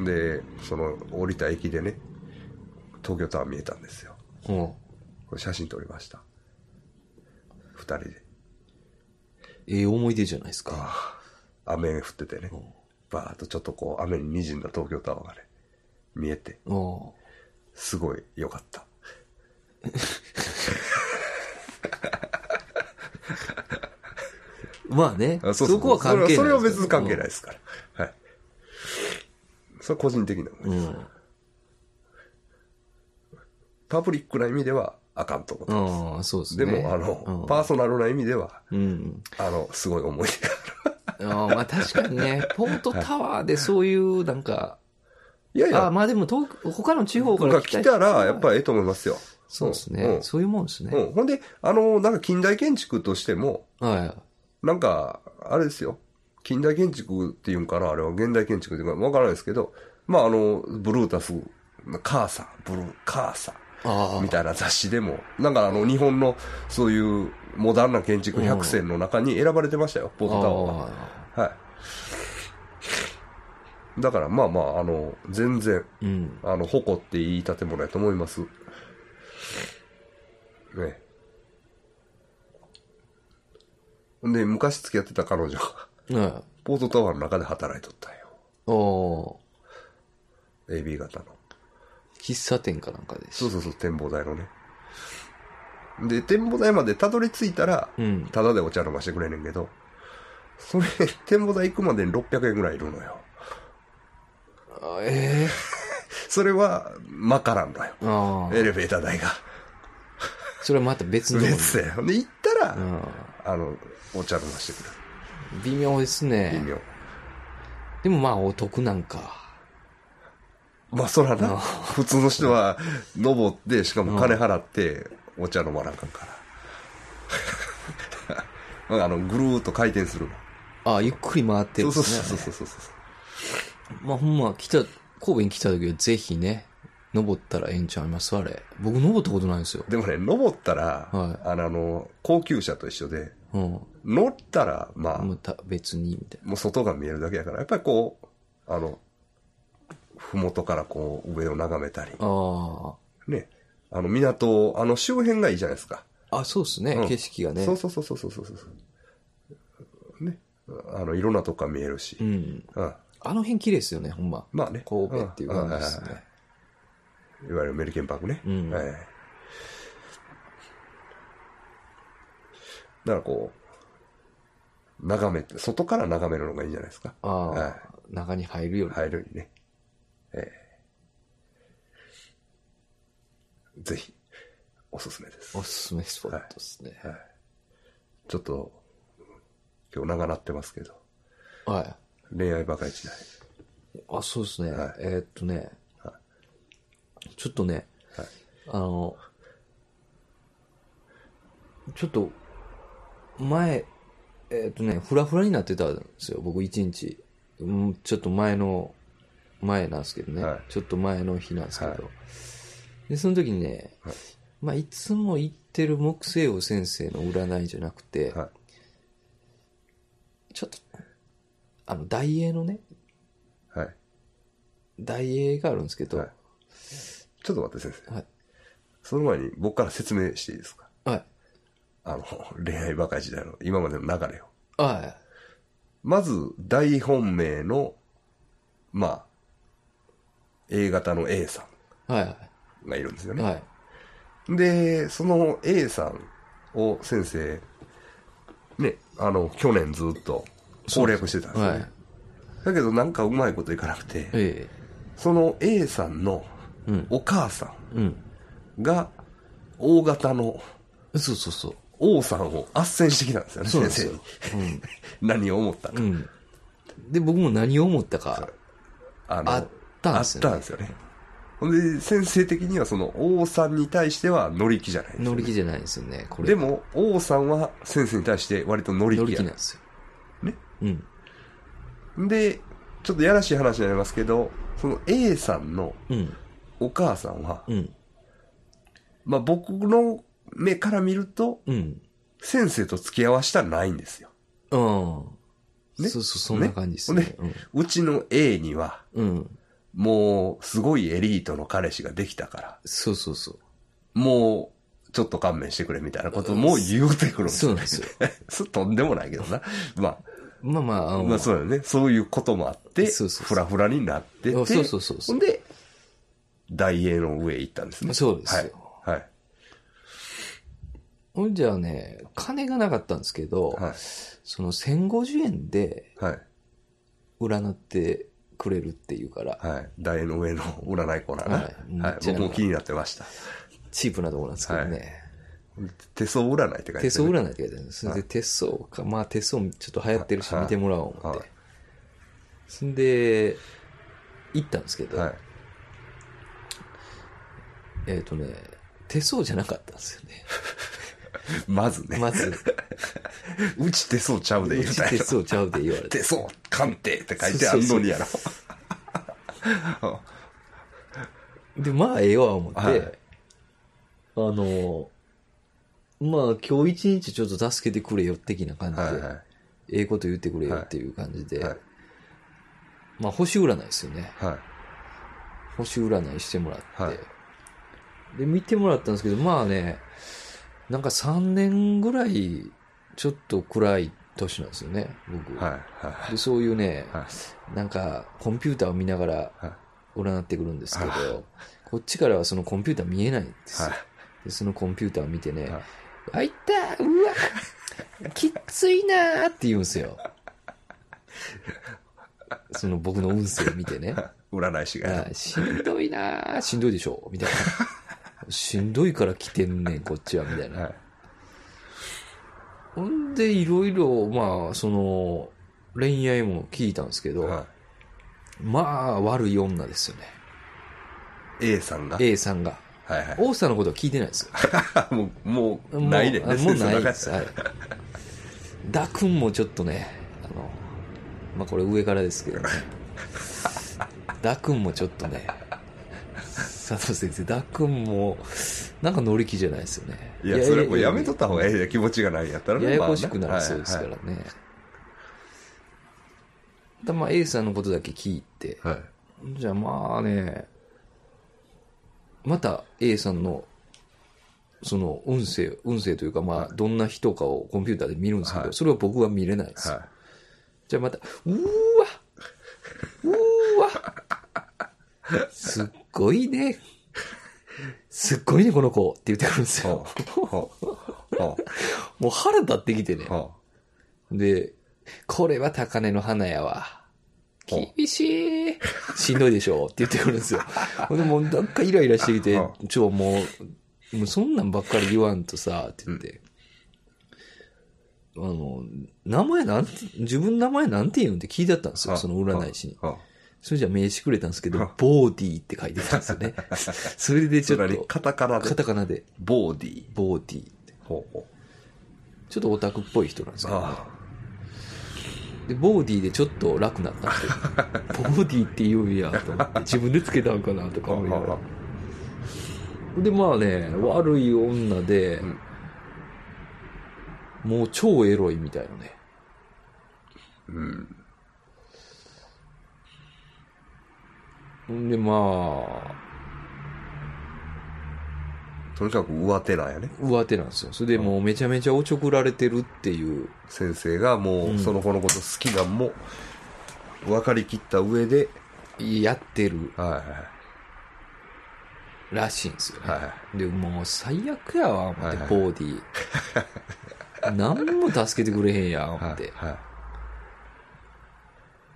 Speaker 1: で、その降りた駅でね、東京タワー見えたんですよ。
Speaker 2: おう
Speaker 1: これ写真撮りました。二人で。
Speaker 2: ええ思い出じゃないですか。
Speaker 1: 雨降っててね
Speaker 2: うん。
Speaker 1: バーっとちょっとこう雨に滲んだ東京タワーがね、見えて、
Speaker 2: おう
Speaker 1: すごい良かった。
Speaker 2: まあね
Speaker 1: あ。
Speaker 2: そう
Speaker 1: う
Speaker 2: こは関係ないです
Speaker 1: そ
Speaker 2: け
Speaker 1: れ
Speaker 2: ど。
Speaker 1: はそれは別に関係ないですから。はい。それは個人的な思いです、
Speaker 2: うん
Speaker 1: パブリックな意味ではあかんと思ってます。
Speaker 2: ああ、そうです
Speaker 1: で
Speaker 2: ね。
Speaker 1: も、あ
Speaker 2: う
Speaker 1: の、
Speaker 2: ん
Speaker 1: パーソナルな意味では、
Speaker 2: うん。
Speaker 1: あの、すごい思い出が ある。
Speaker 2: ああまあ確かに ね、ポートタワーでそういう、なんか、
Speaker 1: いやい
Speaker 2: ああ
Speaker 1: や、
Speaker 2: まあでも東、他の地方か
Speaker 1: 僕
Speaker 2: ら
Speaker 1: が
Speaker 2: 来た
Speaker 1: 来
Speaker 2: 人
Speaker 1: た
Speaker 2: は
Speaker 1: ら、やっぱりええと思いますよ。
Speaker 2: そうですね、
Speaker 1: うん
Speaker 2: そういうもんですね。
Speaker 1: うん。ほんで、あの、なんか近代建築としても、
Speaker 2: は
Speaker 1: なんか、あれですよ。近代建築っていうんかな、あれは現代建築っていうか、わからないですけど、まあ、あの、ブルータス、カーサ、ブルー、カーサ、
Speaker 2: い。ああ。
Speaker 1: みたいな雑誌でも、なんかあの、日本のそういうモダンな建築100選の中に選ばれてましたよ、ポートタワーは。
Speaker 2: ああ
Speaker 1: はい。だから、まあまあ、あの、全然、
Speaker 2: うん。
Speaker 1: あの、誇っていい建物やと思います。ねえ。で、昔付き合ってた彼女が、
Speaker 2: はい。
Speaker 1: ポートタワーの中で働いとったんよ。
Speaker 2: おお
Speaker 1: AB 型の。
Speaker 2: ー喫茶店かなんかです。
Speaker 1: そうそうそう、展望台のね。で、展望台までたどり着いたら、
Speaker 2: うん。
Speaker 1: ただでお茶飲ましてくれねんけど、それ、展望台行くまでに600円ぐらいいるのよ。
Speaker 2: あえ
Speaker 1: それは、マカランだよ。
Speaker 2: えああ。
Speaker 1: エレベーター代が。
Speaker 2: それはまた別のとこに
Speaker 1: 別で。で、行ったら、
Speaker 2: う
Speaker 1: あの、お茶飲ましてく
Speaker 2: ん。微妙です
Speaker 1: れる。
Speaker 2: ね
Speaker 1: 微。妙。
Speaker 2: でもまあお得なんか。
Speaker 1: まあ、そら
Speaker 2: う
Speaker 1: な、
Speaker 2: ん
Speaker 1: 普通の人は、登って、しかも金払って、お茶飲まなあかんから。 あの、ぐるーっと回転するの。
Speaker 2: ああ、ゆっくり回ってる
Speaker 1: そ
Speaker 2: ん
Speaker 1: う
Speaker 2: で
Speaker 1: そう
Speaker 2: すね。
Speaker 1: そうそうそうそう。
Speaker 2: まあほんま、来た、神戸に来た時はぜひね、登ったらええんちゃいますあれ。僕登ったことないんですよ。
Speaker 1: でもね、登ったら、
Speaker 2: は
Speaker 1: あの、あの高級車と一緒で、
Speaker 2: うん。
Speaker 1: 乗ったら、まあ、
Speaker 2: また別に、みたい
Speaker 1: もう外が見えるだけやから、やっぱりこう、あの、ふもとからこう、上を眺めたり、
Speaker 2: な。あ
Speaker 1: ね、あの港、あの周辺がいいじゃないですか。
Speaker 2: あ。あ、そうですね、
Speaker 1: うん
Speaker 2: 景色がね。
Speaker 1: そうそうそうそうそうそうそう。ね、あの、いろんなとこが見えるし、
Speaker 2: うん。
Speaker 1: うん。
Speaker 2: あの辺綺麗ですよね、ほんま。
Speaker 1: まあね
Speaker 2: 神戸っていう感じです
Speaker 1: うんはいはい
Speaker 2: ね。
Speaker 1: いわゆるメリケンパークね。
Speaker 2: うん
Speaker 1: はい。だからこう、眺めて、外から眺めるのがいいんじゃないですか。
Speaker 2: ああ、
Speaker 1: はい
Speaker 2: 中に入るより。
Speaker 1: 入るにね。ええぜひ、おすすめです
Speaker 2: お。すすめスポットですね。
Speaker 1: ちょっと、今日長なってますけど、
Speaker 2: はい。
Speaker 1: 恋愛バカ一代。
Speaker 2: あ、そうですね。
Speaker 1: はい
Speaker 2: えーっとね、
Speaker 1: は
Speaker 2: ちょっとね、
Speaker 1: はい
Speaker 2: あの、ちょっと、前、えーっとね、フラフラになってたんですよ、僕一日。うんちょっと前の、前なんですけどね、
Speaker 1: はい
Speaker 2: ちょっと前の日なんですけど。
Speaker 1: はい
Speaker 2: で、その時にね、
Speaker 1: はい
Speaker 2: まあ、いつも行ってる木星王先生の占いじゃなくて、
Speaker 1: は
Speaker 2: ちょっと、あの、大英のね、
Speaker 1: い。はい。
Speaker 2: 大英があるんですけど、
Speaker 1: はいちょっと待って先生。
Speaker 2: はい。
Speaker 1: その前に僕から説明していいですか
Speaker 2: はい。
Speaker 1: あの、恋愛バカ時代の今までの流れを。
Speaker 2: は
Speaker 1: まず、大本命の、まあ、A 型の A さ
Speaker 2: い。は
Speaker 1: んがいるんですよ
Speaker 2: い。
Speaker 1: ね。
Speaker 2: はい。
Speaker 1: で、その A さんを先生、ね、あの、去年ずっと攻略してたんですよ
Speaker 2: は
Speaker 1: ね。
Speaker 2: い。
Speaker 1: だけどなんかうまいこといかなくて、
Speaker 2: え
Speaker 1: その A さんの
Speaker 2: え。うん。
Speaker 1: お母さ
Speaker 2: うん。
Speaker 1: んが、大型の
Speaker 2: そうそうそう。
Speaker 1: 王さんを斡旋してきたんですよね、
Speaker 2: そうなん
Speaker 1: 先
Speaker 2: で
Speaker 1: 生
Speaker 2: すよ
Speaker 1: に。。 何を思った
Speaker 2: う
Speaker 1: か。
Speaker 2: ん。うん。で、僕も何を思ったか、
Speaker 1: あの
Speaker 2: あったん
Speaker 1: あ
Speaker 2: で
Speaker 1: っ
Speaker 2: すよね。
Speaker 1: たんですよね。ほんで、先生的にはその王さんに対しては乗り気じゃないですよね、
Speaker 2: 乗り気じゃないですよね、これ。
Speaker 1: でも、王さんは先生に対して割と乗り
Speaker 2: 乗
Speaker 1: 気
Speaker 2: り気
Speaker 1: や
Speaker 2: なんですよ。
Speaker 1: ね。
Speaker 2: うん。
Speaker 1: で、ちょっとやらしい話になりますけど、その A さんの
Speaker 2: うん。
Speaker 1: お母さんは、
Speaker 2: うん。
Speaker 1: まあ僕の目から見ると、
Speaker 2: うん。
Speaker 1: 先生と付き合わしたないんですよ。
Speaker 2: うん。
Speaker 1: ね
Speaker 2: そうそう、そんな感じです
Speaker 1: ね
Speaker 2: ね。
Speaker 1: うちの A には、
Speaker 2: うん。うん。
Speaker 1: もうすごいエリートの彼氏ができたから、
Speaker 2: そうそうそ
Speaker 1: もうちょっと勘弁してくれみたいなことも言うてくるん
Speaker 2: う。
Speaker 1: です
Speaker 2: そう
Speaker 1: よ
Speaker 2: なんですよ。
Speaker 1: そとんでもないけどな。ま
Speaker 2: まあまあ、あ
Speaker 1: あ、
Speaker 2: の
Speaker 1: まあそうだよね。そういうこともあって、
Speaker 2: そうそうそう
Speaker 1: フラフラになってて、
Speaker 2: そうそうそうそう
Speaker 1: ほんで、大英の上へ行ったんですね。
Speaker 2: そうです
Speaker 1: はい
Speaker 2: よ。
Speaker 1: はい。
Speaker 2: ほんじゃね、金がなかったんですけど、
Speaker 1: はい。
Speaker 2: その1050円で
Speaker 1: はい。
Speaker 2: 占ってくれるっていうから、
Speaker 1: はい。大の上の占いコーナーな。
Speaker 2: は
Speaker 1: はいい。
Speaker 2: めっちゃ
Speaker 1: 僕も気になってました。
Speaker 2: チープなところなんですけどね。
Speaker 1: 手相占いって書いて
Speaker 2: 手相
Speaker 1: い
Speaker 2: 占いって書いてあるんです。それで手相か、まあ手相ちょっと流行ってるし
Speaker 1: はい
Speaker 2: 見てもらおう思って
Speaker 1: は。
Speaker 2: そんで、行ったんですけど、
Speaker 1: はい。
Speaker 2: えっ、とね、手相じゃなかったんですよ ね。
Speaker 1: まずね、
Speaker 2: まず、
Speaker 1: うち手相ちゃうで
Speaker 2: う
Speaker 1: 言う
Speaker 2: ち
Speaker 1: た
Speaker 2: 手
Speaker 1: やろ。
Speaker 2: 相ちゃうで言われて。
Speaker 1: 手相鑑定って書いてあんのにやろ。
Speaker 2: で、まあええわ思って、
Speaker 1: はい
Speaker 2: あの、まあ今日一日ちょっと助けてくれよ的な感じで、
Speaker 1: はいは
Speaker 2: ええこと言ってくれよっていう感じで、
Speaker 1: い。はい。
Speaker 2: まあ星占いですよね。
Speaker 1: はい。
Speaker 2: 星占いしてもらって、
Speaker 1: はい
Speaker 2: で見てもらったんですけどまあねなんか3年ぐらいちょっと暗い年なんですよね僕、
Speaker 1: はい。
Speaker 2: でそういうね、
Speaker 1: はい。
Speaker 2: なんかコンピューターを見ながら
Speaker 1: はい。
Speaker 2: 占ってくるんですけど、
Speaker 1: は
Speaker 2: こっちからはそのコンピューター見えないんですよ、
Speaker 1: はい
Speaker 2: でそのコンピューターを見てね
Speaker 1: はい
Speaker 2: 「あいたうわきっついな」って言うんで すよその僕の運勢を見てね
Speaker 1: 占い師がや
Speaker 2: あ
Speaker 1: る。
Speaker 2: しんどいなあしんどいでしょみたいな。しんどいから来てんねん、こっちは、みたい
Speaker 1: は
Speaker 2: な。
Speaker 1: い。
Speaker 2: ほんで、いろいろ、まあ、その、恋愛も聞いたんですけど、
Speaker 1: は
Speaker 2: まあ、悪い女ですよね。
Speaker 1: い。A さんが。はい
Speaker 2: A さんが。
Speaker 1: は
Speaker 2: 王さんのことは聞いてないです
Speaker 1: い。もう、も
Speaker 2: よ。
Speaker 1: う、ないね。
Speaker 2: もうあ
Speaker 1: 先
Speaker 2: もう
Speaker 1: 生の
Speaker 2: ない
Speaker 1: 中
Speaker 2: です。はい。ダくんもちょっとね、あの、まあ、これ上からですけ どね。ダくんもちょっとね、佐藤先生、ダくんも、なんか乗り気じゃないですよね。
Speaker 1: いや、それもうやめ
Speaker 2: と
Speaker 1: とった方がええで気持ちがないんやったらね
Speaker 2: やや
Speaker 1: まあね
Speaker 2: こしくなるそうですからね。だまあ A さんのことだけ聞いて、
Speaker 1: はい。はい
Speaker 2: じゃあまあね、また A さんの、その運勢、運勢というかまあどんな人かをコンピューターで見るんですけど、
Speaker 1: はい
Speaker 2: それは僕は見れないです。
Speaker 1: は
Speaker 2: じゃあまた、うーわうーわすっごいね。すっごいね、この子って言ってくるんです
Speaker 1: い。
Speaker 2: よ
Speaker 1: ほ。う。ほう。ほ
Speaker 2: もう腹立ってきてね
Speaker 1: う。。ほ
Speaker 2: で、これは高根の花やわ。
Speaker 1: ほう
Speaker 2: 厳しい。しんどいでしょって言ってくるんです よ。ほんでもうなんかイライラしてきて
Speaker 1: は、
Speaker 2: ちょ、もう、もうそんなんばっかり言わんとさ、って言って。あの、名前なんて、自分の名前なんて言うんって聞いてあったんです
Speaker 1: う
Speaker 2: よ、その占い師に。
Speaker 1: ほう
Speaker 2: それじゃ名刺くれたんですけど
Speaker 1: は、
Speaker 2: ボーディーって書いてたんです よね。それで
Speaker 1: そ
Speaker 2: ちょっ
Speaker 1: れに
Speaker 2: と、
Speaker 1: カタカナ
Speaker 2: カ
Speaker 1: で、
Speaker 2: タカナで、
Speaker 1: ボーディー。
Speaker 2: ボーディーって。
Speaker 1: ほうほ
Speaker 2: ちょっとオタクっぽい人なんです
Speaker 1: う。
Speaker 2: けど、
Speaker 1: あ
Speaker 2: で、ボーディーでちょっと楽になったん ですよ。ボーディーって言うんやと思って、自分でつけたんかなと
Speaker 1: あ。
Speaker 2: か
Speaker 1: ほ
Speaker 2: 思
Speaker 1: う
Speaker 2: い
Speaker 1: ほ
Speaker 2: な
Speaker 1: うほ
Speaker 2: が
Speaker 1: う
Speaker 2: ら。で、まあね、悪い女で、
Speaker 1: ん
Speaker 2: もう超エロいみたいなね。
Speaker 1: うん。
Speaker 2: ほんで、ま
Speaker 1: とにかく上手なんやね。
Speaker 2: あ、上手なんですよ。それでもうめちゃめちゃおちょくられてるっていう。
Speaker 1: 先生がもうその子のこと好きなんも分かりきった上で、
Speaker 2: やってる
Speaker 1: は
Speaker 2: らしいんですよね。
Speaker 1: いはい。はい。
Speaker 2: で、もう最悪やわ、思っ
Speaker 1: はい
Speaker 2: て、
Speaker 1: はい
Speaker 2: ボー ディー。何も助けてくれへんやん、思
Speaker 1: は
Speaker 2: っ
Speaker 1: い。
Speaker 2: て。
Speaker 1: は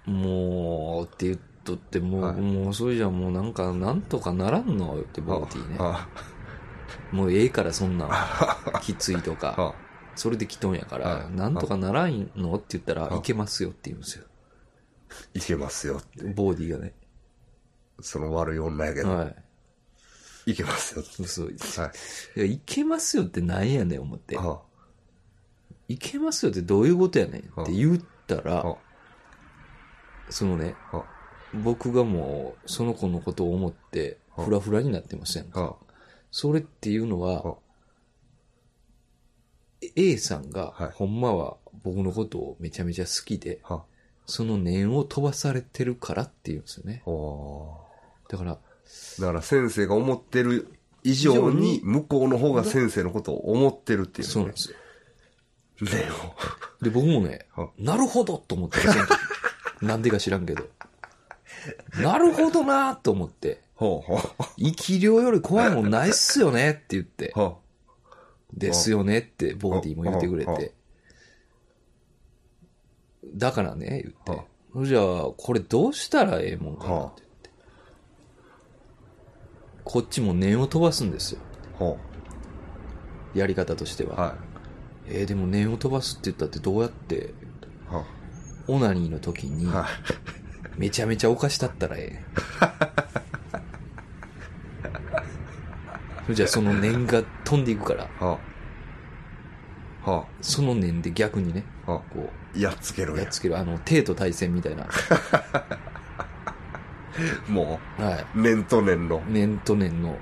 Speaker 1: い。
Speaker 2: もう、って言っとって、もう、
Speaker 1: はい
Speaker 2: もうそれじゃもうなんか、なんとかならんのって、ボーディーね。
Speaker 1: あ
Speaker 2: もうええから、そんなん。きついと
Speaker 1: あ。
Speaker 2: か。
Speaker 1: あ
Speaker 2: それで来とんやか
Speaker 1: は
Speaker 2: ら、
Speaker 1: い
Speaker 2: なんとかならんのって言ったら、
Speaker 1: はい
Speaker 2: いけますよって言うんですよ。
Speaker 1: いけますよ。
Speaker 2: ボーディーがね。
Speaker 1: その悪い女やけど、、
Speaker 2: はい
Speaker 1: けますよ。
Speaker 2: い。嘘。い
Speaker 1: はい。
Speaker 2: や、いけますよってなんやねん、思って。
Speaker 1: あ
Speaker 2: いけますよってどういうことやねん
Speaker 1: あ
Speaker 2: って言った
Speaker 1: あ、
Speaker 2: ら、
Speaker 1: あ
Speaker 2: そのね、
Speaker 1: あ、
Speaker 2: 僕がもう、その子のことを思って、
Speaker 1: あ
Speaker 2: フラフラになってません
Speaker 1: あ、あ
Speaker 2: それっていうの
Speaker 1: あ、
Speaker 2: は A さんが
Speaker 1: はい、
Speaker 2: ほんまは僕のことをめちゃめちゃ好きで、
Speaker 1: あ、
Speaker 2: その念を飛ばされてるからっていうんですよね。
Speaker 1: お
Speaker 2: だから、
Speaker 1: ーだから先生が思ってる以上
Speaker 2: 以上に
Speaker 1: に、向こうの方が先生のことを思ってるっていう、ね。
Speaker 2: そうなんですよ。
Speaker 1: ね
Speaker 2: で、僕もね
Speaker 1: あ、
Speaker 2: なるほどと思って、その時 なんでか知らんけど。なるほどなと思って、
Speaker 1: ほうほう。
Speaker 2: 生き量より怖いもんないっすよねって言って、
Speaker 1: ほ
Speaker 2: ですよねってボーディも言ってくれ
Speaker 1: ああ
Speaker 2: て。だからね、言っ
Speaker 1: あ
Speaker 2: て。じゃあ、これどうしたらええもんかなって言って。こっちも念を飛ばすんですよ。
Speaker 1: う。ほ
Speaker 2: やり方として
Speaker 1: う。
Speaker 2: は。
Speaker 1: は
Speaker 2: えーでも念を飛ばすって言ったってどうやって
Speaker 1: い。は
Speaker 2: オナニーの時に
Speaker 1: い。、はい。
Speaker 2: めちゃめちゃお菓子だったらええ。じゃあ その念が飛んでいくから、
Speaker 1: はあ。は
Speaker 2: その念で逆にね、
Speaker 1: あ。は
Speaker 2: こ
Speaker 1: あ。やっつけろ
Speaker 2: う、やっ
Speaker 1: や。
Speaker 2: つける、あの、帝と対戦みたいな、
Speaker 1: も
Speaker 2: はい。
Speaker 1: う、年と年の
Speaker 2: 念と念の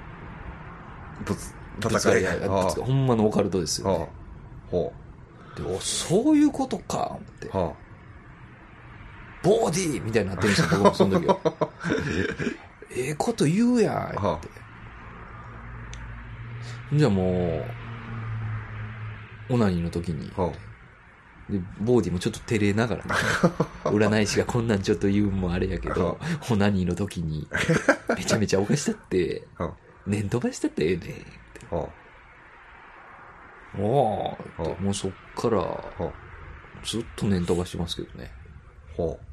Speaker 1: ぶつ
Speaker 2: ぶつか
Speaker 1: 戦い
Speaker 2: り合
Speaker 1: や
Speaker 2: い。
Speaker 1: は
Speaker 2: ぶつかほんまのオカルトです
Speaker 1: あ。はあ
Speaker 2: よ、ね。。
Speaker 1: ほ
Speaker 2: でおそういうことか、思って
Speaker 1: う。。は
Speaker 2: ボーディーみたいになってるんですよ、僕もその時 は。ええこと言うやん、言って。じゃあもう、オナニーの時に、
Speaker 1: あ。は
Speaker 2: でボーディーもちょっと照れながら ね、占い師がこんなんちょっと言うんもあれやけど、オナニーの 時に、めちゃめちゃおかしたって、
Speaker 1: あ。は
Speaker 2: 念飛ばしたってええねんって。
Speaker 1: あ。は
Speaker 2: おーって
Speaker 1: はあ
Speaker 2: もうそっから、
Speaker 1: あ。はあ。
Speaker 2: ずっと念飛ばしてますけどね。
Speaker 1: ほう。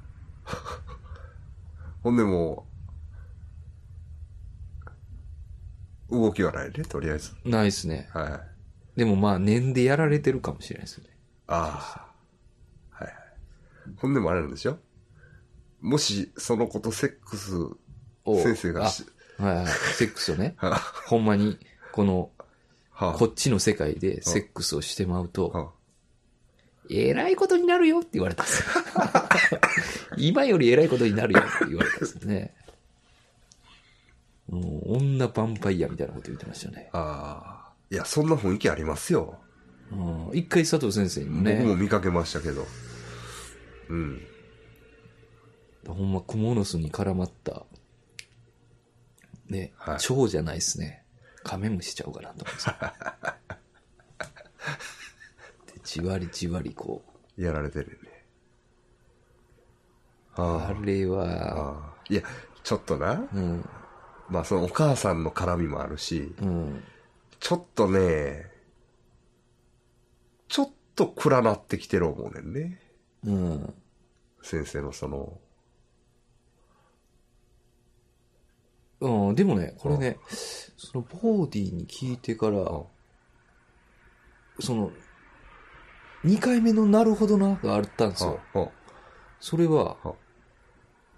Speaker 1: ほんでもう、動きはないね、とりあえず。
Speaker 2: ないですね。
Speaker 1: はい。
Speaker 2: でもまあ、念でやられてるかもしれないですよね。
Speaker 1: ああ。はいはい。ほんでもあれなんでしょもし、そのことセックス、
Speaker 2: お
Speaker 1: 先生がし、。
Speaker 2: あはいはい。セックスをね
Speaker 1: は
Speaker 2: ほんまに、この、
Speaker 1: あ、は
Speaker 2: こっちの世界でセックスをしてまう
Speaker 1: あ、
Speaker 2: と、
Speaker 1: は
Speaker 2: えらいことになるよって言われたんですよ。 今よりえらいことになるよって言われたんですよね。もう、女ヴァンパイアみたいなこと言ってましたね。
Speaker 1: あ。ああ。いや、そんな雰囲気ありますよ。
Speaker 2: うん一回佐藤先生にも
Speaker 1: 僕も
Speaker 2: ね、
Speaker 1: 見かけましたけど。うん。
Speaker 2: ほんま蜘蛛の巣に絡まった、ね、
Speaker 1: はい
Speaker 2: 蝶じゃないですね。カメムシちゃうかなと思うんですよ でじわりじわりこう、
Speaker 1: やられてるよね。あ
Speaker 2: あれ
Speaker 1: あ。
Speaker 2: は、
Speaker 1: ああ。いや、ちょっとな。
Speaker 2: うん、
Speaker 1: まあ、そのお母さんの絡みもあるし、
Speaker 2: うん。
Speaker 1: ちょっとね、ちょっと暗なってきてる思うねんね。
Speaker 2: うん。
Speaker 1: 先生のその、
Speaker 2: うん、でもね、これね、そのボーディに聞いてから、その、2回目のなるほどながあったんですよ。
Speaker 1: は
Speaker 2: それは
Speaker 1: は、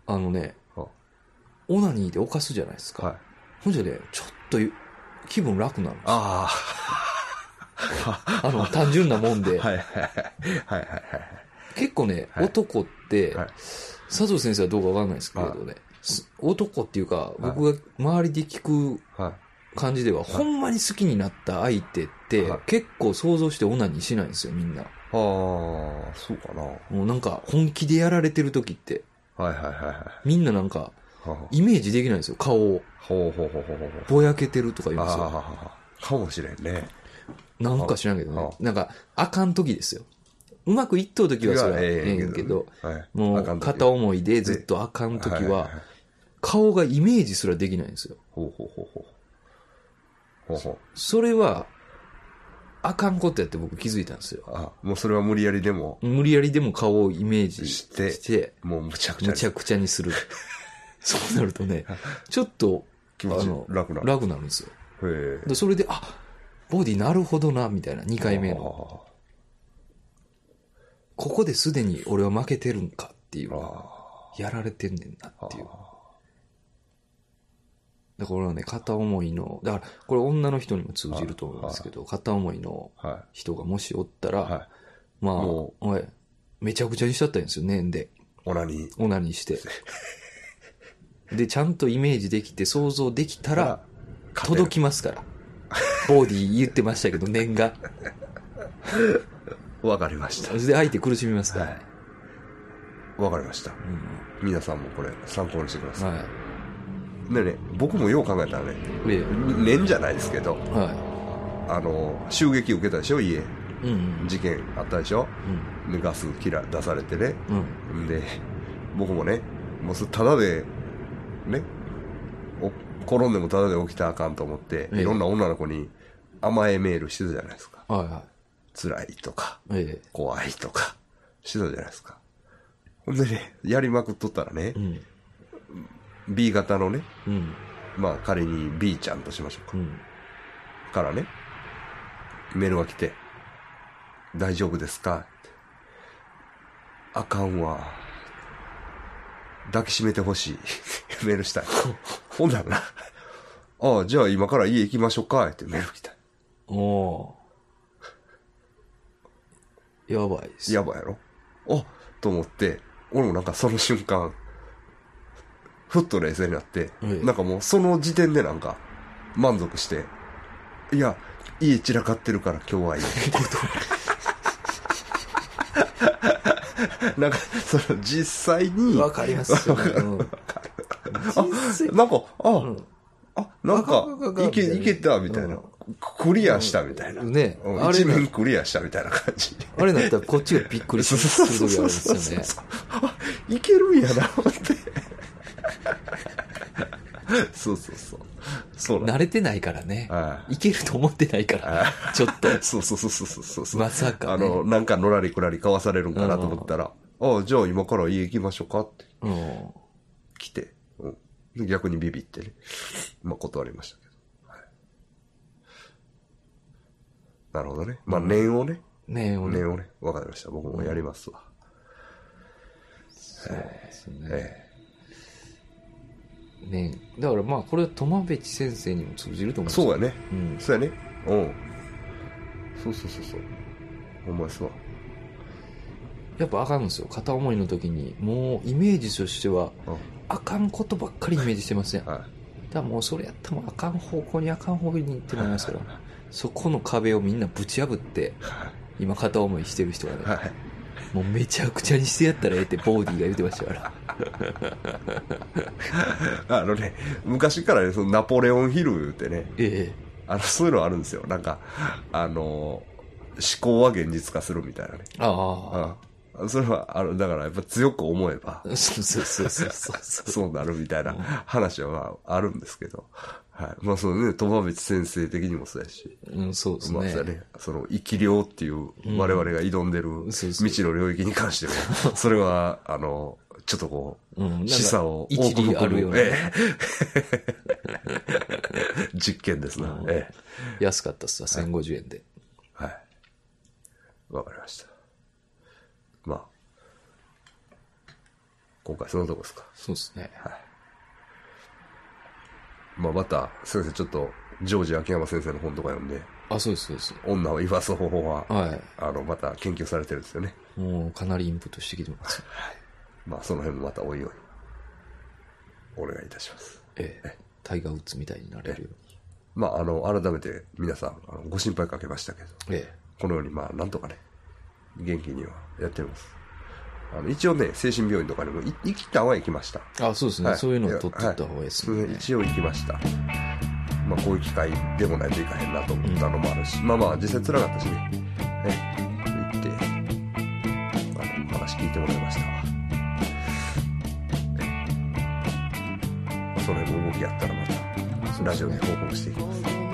Speaker 2: あのね、
Speaker 1: あは
Speaker 2: オナニーで犯すじゃないです
Speaker 1: あは
Speaker 2: か。
Speaker 1: い。
Speaker 2: ほんじゃね、ちょっと気分楽なんですよ。
Speaker 1: あ
Speaker 2: あの、単純なもん
Speaker 1: あ、
Speaker 2: で。
Speaker 1: はいはいはいはいはい
Speaker 2: 結構ね、
Speaker 1: はい
Speaker 2: 男って、
Speaker 1: はい
Speaker 2: 佐藤先生はどうかわかんないですけれどね、す男っていうか、僕が周りで聞く
Speaker 1: はい。
Speaker 2: 感じでは、ほんまに好きになった相手って、
Speaker 1: はい
Speaker 2: 結構想像してオナニーしないんですよ、みんな。
Speaker 1: ああ、そうかな。はい
Speaker 2: もうなんか、本気でやられてる時って、
Speaker 1: はいはいはい。
Speaker 2: みんななんか、
Speaker 1: はあ
Speaker 2: イメージできないんですよ、顔を。
Speaker 1: ほうほうほうほうほうほう。
Speaker 2: ぼやけてるとか言うんですよ。
Speaker 1: ああ、かもしれんね。
Speaker 2: なんか知らんけどね
Speaker 1: は。
Speaker 2: なんか、あかん時ですよ。うまくいっとう時はそれはええんけど、
Speaker 1: はい。
Speaker 2: も
Speaker 1: あか
Speaker 2: うん
Speaker 1: 時
Speaker 2: 片思いでずっとあかん時
Speaker 1: いい、
Speaker 2: はい顔がイメージすらできないんですよ。
Speaker 1: ほうほうほうほう。ほうほ
Speaker 2: それは、あかんことやって僕気づいたんですよ。
Speaker 1: う。あ、もうそれは無理やりでも、
Speaker 2: 無理やりでも顔をイメージし、
Speaker 1: しててもうむちゃくちゃ
Speaker 2: む
Speaker 1: に
Speaker 2: ちゃくちゃにする。そうなると ね、ちょっと、
Speaker 1: 気持ち
Speaker 2: あの
Speaker 1: 楽なの
Speaker 2: 楽なるんですよ。
Speaker 1: へえ。
Speaker 2: でそれで、あ、ボディなるほどな、みたいな、2回目の。
Speaker 1: の。
Speaker 2: ここですでに俺は負けてるんかっていう
Speaker 1: あ、あ
Speaker 2: やられてんねんなっていう。だから俺はね、片思いの、だからこれ女の人にも通じると思うんですけど、片思いの
Speaker 1: は
Speaker 2: 人がもしおった
Speaker 1: い。は
Speaker 2: ら、
Speaker 1: い。
Speaker 2: まあ、
Speaker 1: も
Speaker 2: おい、めちゃくちゃにしちゃったんですよ、年で。
Speaker 1: オナニー。
Speaker 2: オナニーして。で、ちゃんとイメージできて、想像できたら、、届きますから。ボディ言ってましたけど、念が。
Speaker 1: き。わかりました
Speaker 2: そ。れで相手苦しみますから。
Speaker 1: はいわかりました。
Speaker 2: うん
Speaker 1: 皆さんもこれ、参考にしてくださ。
Speaker 2: はい
Speaker 1: でね、僕もよう考えたらね、
Speaker 2: い。で、
Speaker 1: 年じゃないですけど、
Speaker 2: は
Speaker 1: あの、襲撃受けたでしょ、家。
Speaker 2: い。うんうん。
Speaker 1: 事件あったでしょ。でガス切ら出されてね。
Speaker 2: うん。
Speaker 1: んで、僕もね、もうそれただで、ね、お転んでもただで起きたらあかんと思って、
Speaker 2: ええ
Speaker 1: いろんな女の子に甘えメールしてたじゃないですか。
Speaker 2: うん。はいは
Speaker 1: 辛いとか、
Speaker 2: い。え
Speaker 1: 怖いとか、してたじゃないですか。ほんでね、やりまくっとったらね
Speaker 2: え。う、ん。
Speaker 1: B 型のね、
Speaker 2: うん。
Speaker 1: まあ仮に B ちゃんとしましょう
Speaker 2: う
Speaker 1: か。
Speaker 2: ん。
Speaker 1: からね、メールが来て、大丈夫ですかあかんわ。抱きしめてほしい。 メールしたい。ほんだらな。ああ、じゃあ今から家行きましょうか。ってメール来た。
Speaker 2: おおー。やばいっす。
Speaker 1: やばいやろあと思って、俺もなんかその瞬間、ふっと冷静になって、
Speaker 2: ええ
Speaker 1: なんかもうその時点でなんか満足して、いや、家散らかってるから今日はいい。なんか、その実際に、
Speaker 2: わかりますよ、ね。うん人生
Speaker 1: なんか、あ、
Speaker 2: ん
Speaker 1: あ、なん
Speaker 2: わ
Speaker 1: か
Speaker 2: かわか、
Speaker 1: い
Speaker 2: わか
Speaker 1: け、いけた、みたいな、
Speaker 2: うん
Speaker 1: クリアした、みたいな。
Speaker 2: ね
Speaker 1: うん
Speaker 2: あれ
Speaker 1: 一面クリアした、みたいな感じ。
Speaker 2: あれだったらこっちがびっくりす
Speaker 1: そう
Speaker 2: る
Speaker 1: そうそ
Speaker 2: す
Speaker 1: うそ
Speaker 2: る時あるん
Speaker 1: うそう
Speaker 2: ですよね。
Speaker 1: あいけるんやな、思って。そうそうそう。そうなん
Speaker 2: 慣れてないからね。
Speaker 1: はい
Speaker 2: いけると思ってないから、ちょっと。
Speaker 1: そうそうそうそうそうそう。
Speaker 2: まさかね
Speaker 1: あの、なんかのらりくらりかわされるんかなと思ったら、ああ、じゃあ今から家行きましょうかって
Speaker 2: うん。
Speaker 1: 来て、うんで逆にビビってね。まあ断りましたけど。はい、なるほどね。まあ念をね。
Speaker 2: ねえ、俺。
Speaker 1: 念をね。わかりました。僕もやりますわ。
Speaker 2: そうですね。
Speaker 1: え
Speaker 2: ねえだからまあ、これは苫米地先生にも通じると
Speaker 1: え
Speaker 2: 思うんです
Speaker 1: そう
Speaker 2: よ
Speaker 1: やね。
Speaker 2: うん。
Speaker 1: そうやね。うん。そうそうそうそう。ほんまですわ。
Speaker 2: やっぱあかんですよ。片思いの時に、もうイメージとしては、
Speaker 1: うん。
Speaker 2: あかんことばっかりイメージしてません。だか
Speaker 1: はい。
Speaker 2: らもうそれやったらもうあかん方向にあかん方向に行ってまいりますから、そこの壁をみんなぶち破って、
Speaker 1: は
Speaker 2: 今片思いしてる人がね
Speaker 1: い。、はい。
Speaker 2: もうめちゃくちゃにしてやったらええってボーディーが言ってました から。
Speaker 1: あのね、昔からね、そのナポレオンヒル言ってね、
Speaker 2: え
Speaker 1: あの、そういうのあるんですよ。なんか、あの、思考は現実化するみたいなね。
Speaker 2: え。あ
Speaker 1: うん。それは、あの、だからやっぱ強く思えば、
Speaker 2: あ。そうそうそうそうそう。
Speaker 1: そうなるみたいな話はまああるんですけど、はい。まあそのね、友淵先生的にもそうやし、
Speaker 2: うん、そうです
Speaker 1: まあそうや
Speaker 2: ね。
Speaker 1: ね、その生き量っていう我々が挑んでる
Speaker 2: んそう
Speaker 1: 未
Speaker 2: そう
Speaker 1: 知の領域に関して も、それは、あの、ちょっとこう、
Speaker 2: うんなんか
Speaker 1: 示唆を多
Speaker 2: 一
Speaker 1: く
Speaker 2: 理あ
Speaker 1: 含
Speaker 2: るよ
Speaker 1: む、
Speaker 2: ね
Speaker 1: ええ 実験ですな、
Speaker 2: うん
Speaker 1: ええ
Speaker 2: 安かったっすわ、1050円で。
Speaker 1: はい。わかりました。まあ、今回そのとこですか。
Speaker 2: そうですね。
Speaker 1: まあまた、先生ちょっと、ジョージ秋山先生の本とか読んで、
Speaker 2: あ、そうです、そうです。
Speaker 1: 女を言わす方法は、
Speaker 2: は
Speaker 1: あの、また研究されてるんですよね。
Speaker 2: い。もうかなりインプットしてきてます。
Speaker 1: まあその辺もまたおいおい、お願いいたします。
Speaker 2: ええ。タイガー・ウッズみたいになれるよ
Speaker 1: まああの、改めて皆さん、あのご心配かけましたけど、
Speaker 2: うに。え
Speaker 1: このようにまあなんとかね、元気にはやってます。あの、一応ね、精神病院とかにもい行きたんは行きました。
Speaker 2: え。あ、そうですね。
Speaker 1: はい
Speaker 2: そういうのを取っていった方がいいです
Speaker 1: は
Speaker 2: ね
Speaker 1: い。一応行きました。まあ、こういう機会でもないといかへんなと思ったのもあるし、まあまあ、実際辛かったしね。え行って、あの、話聞いてもらいましたわ。えその辺の動きやったらまた、ラジオで報告していきます。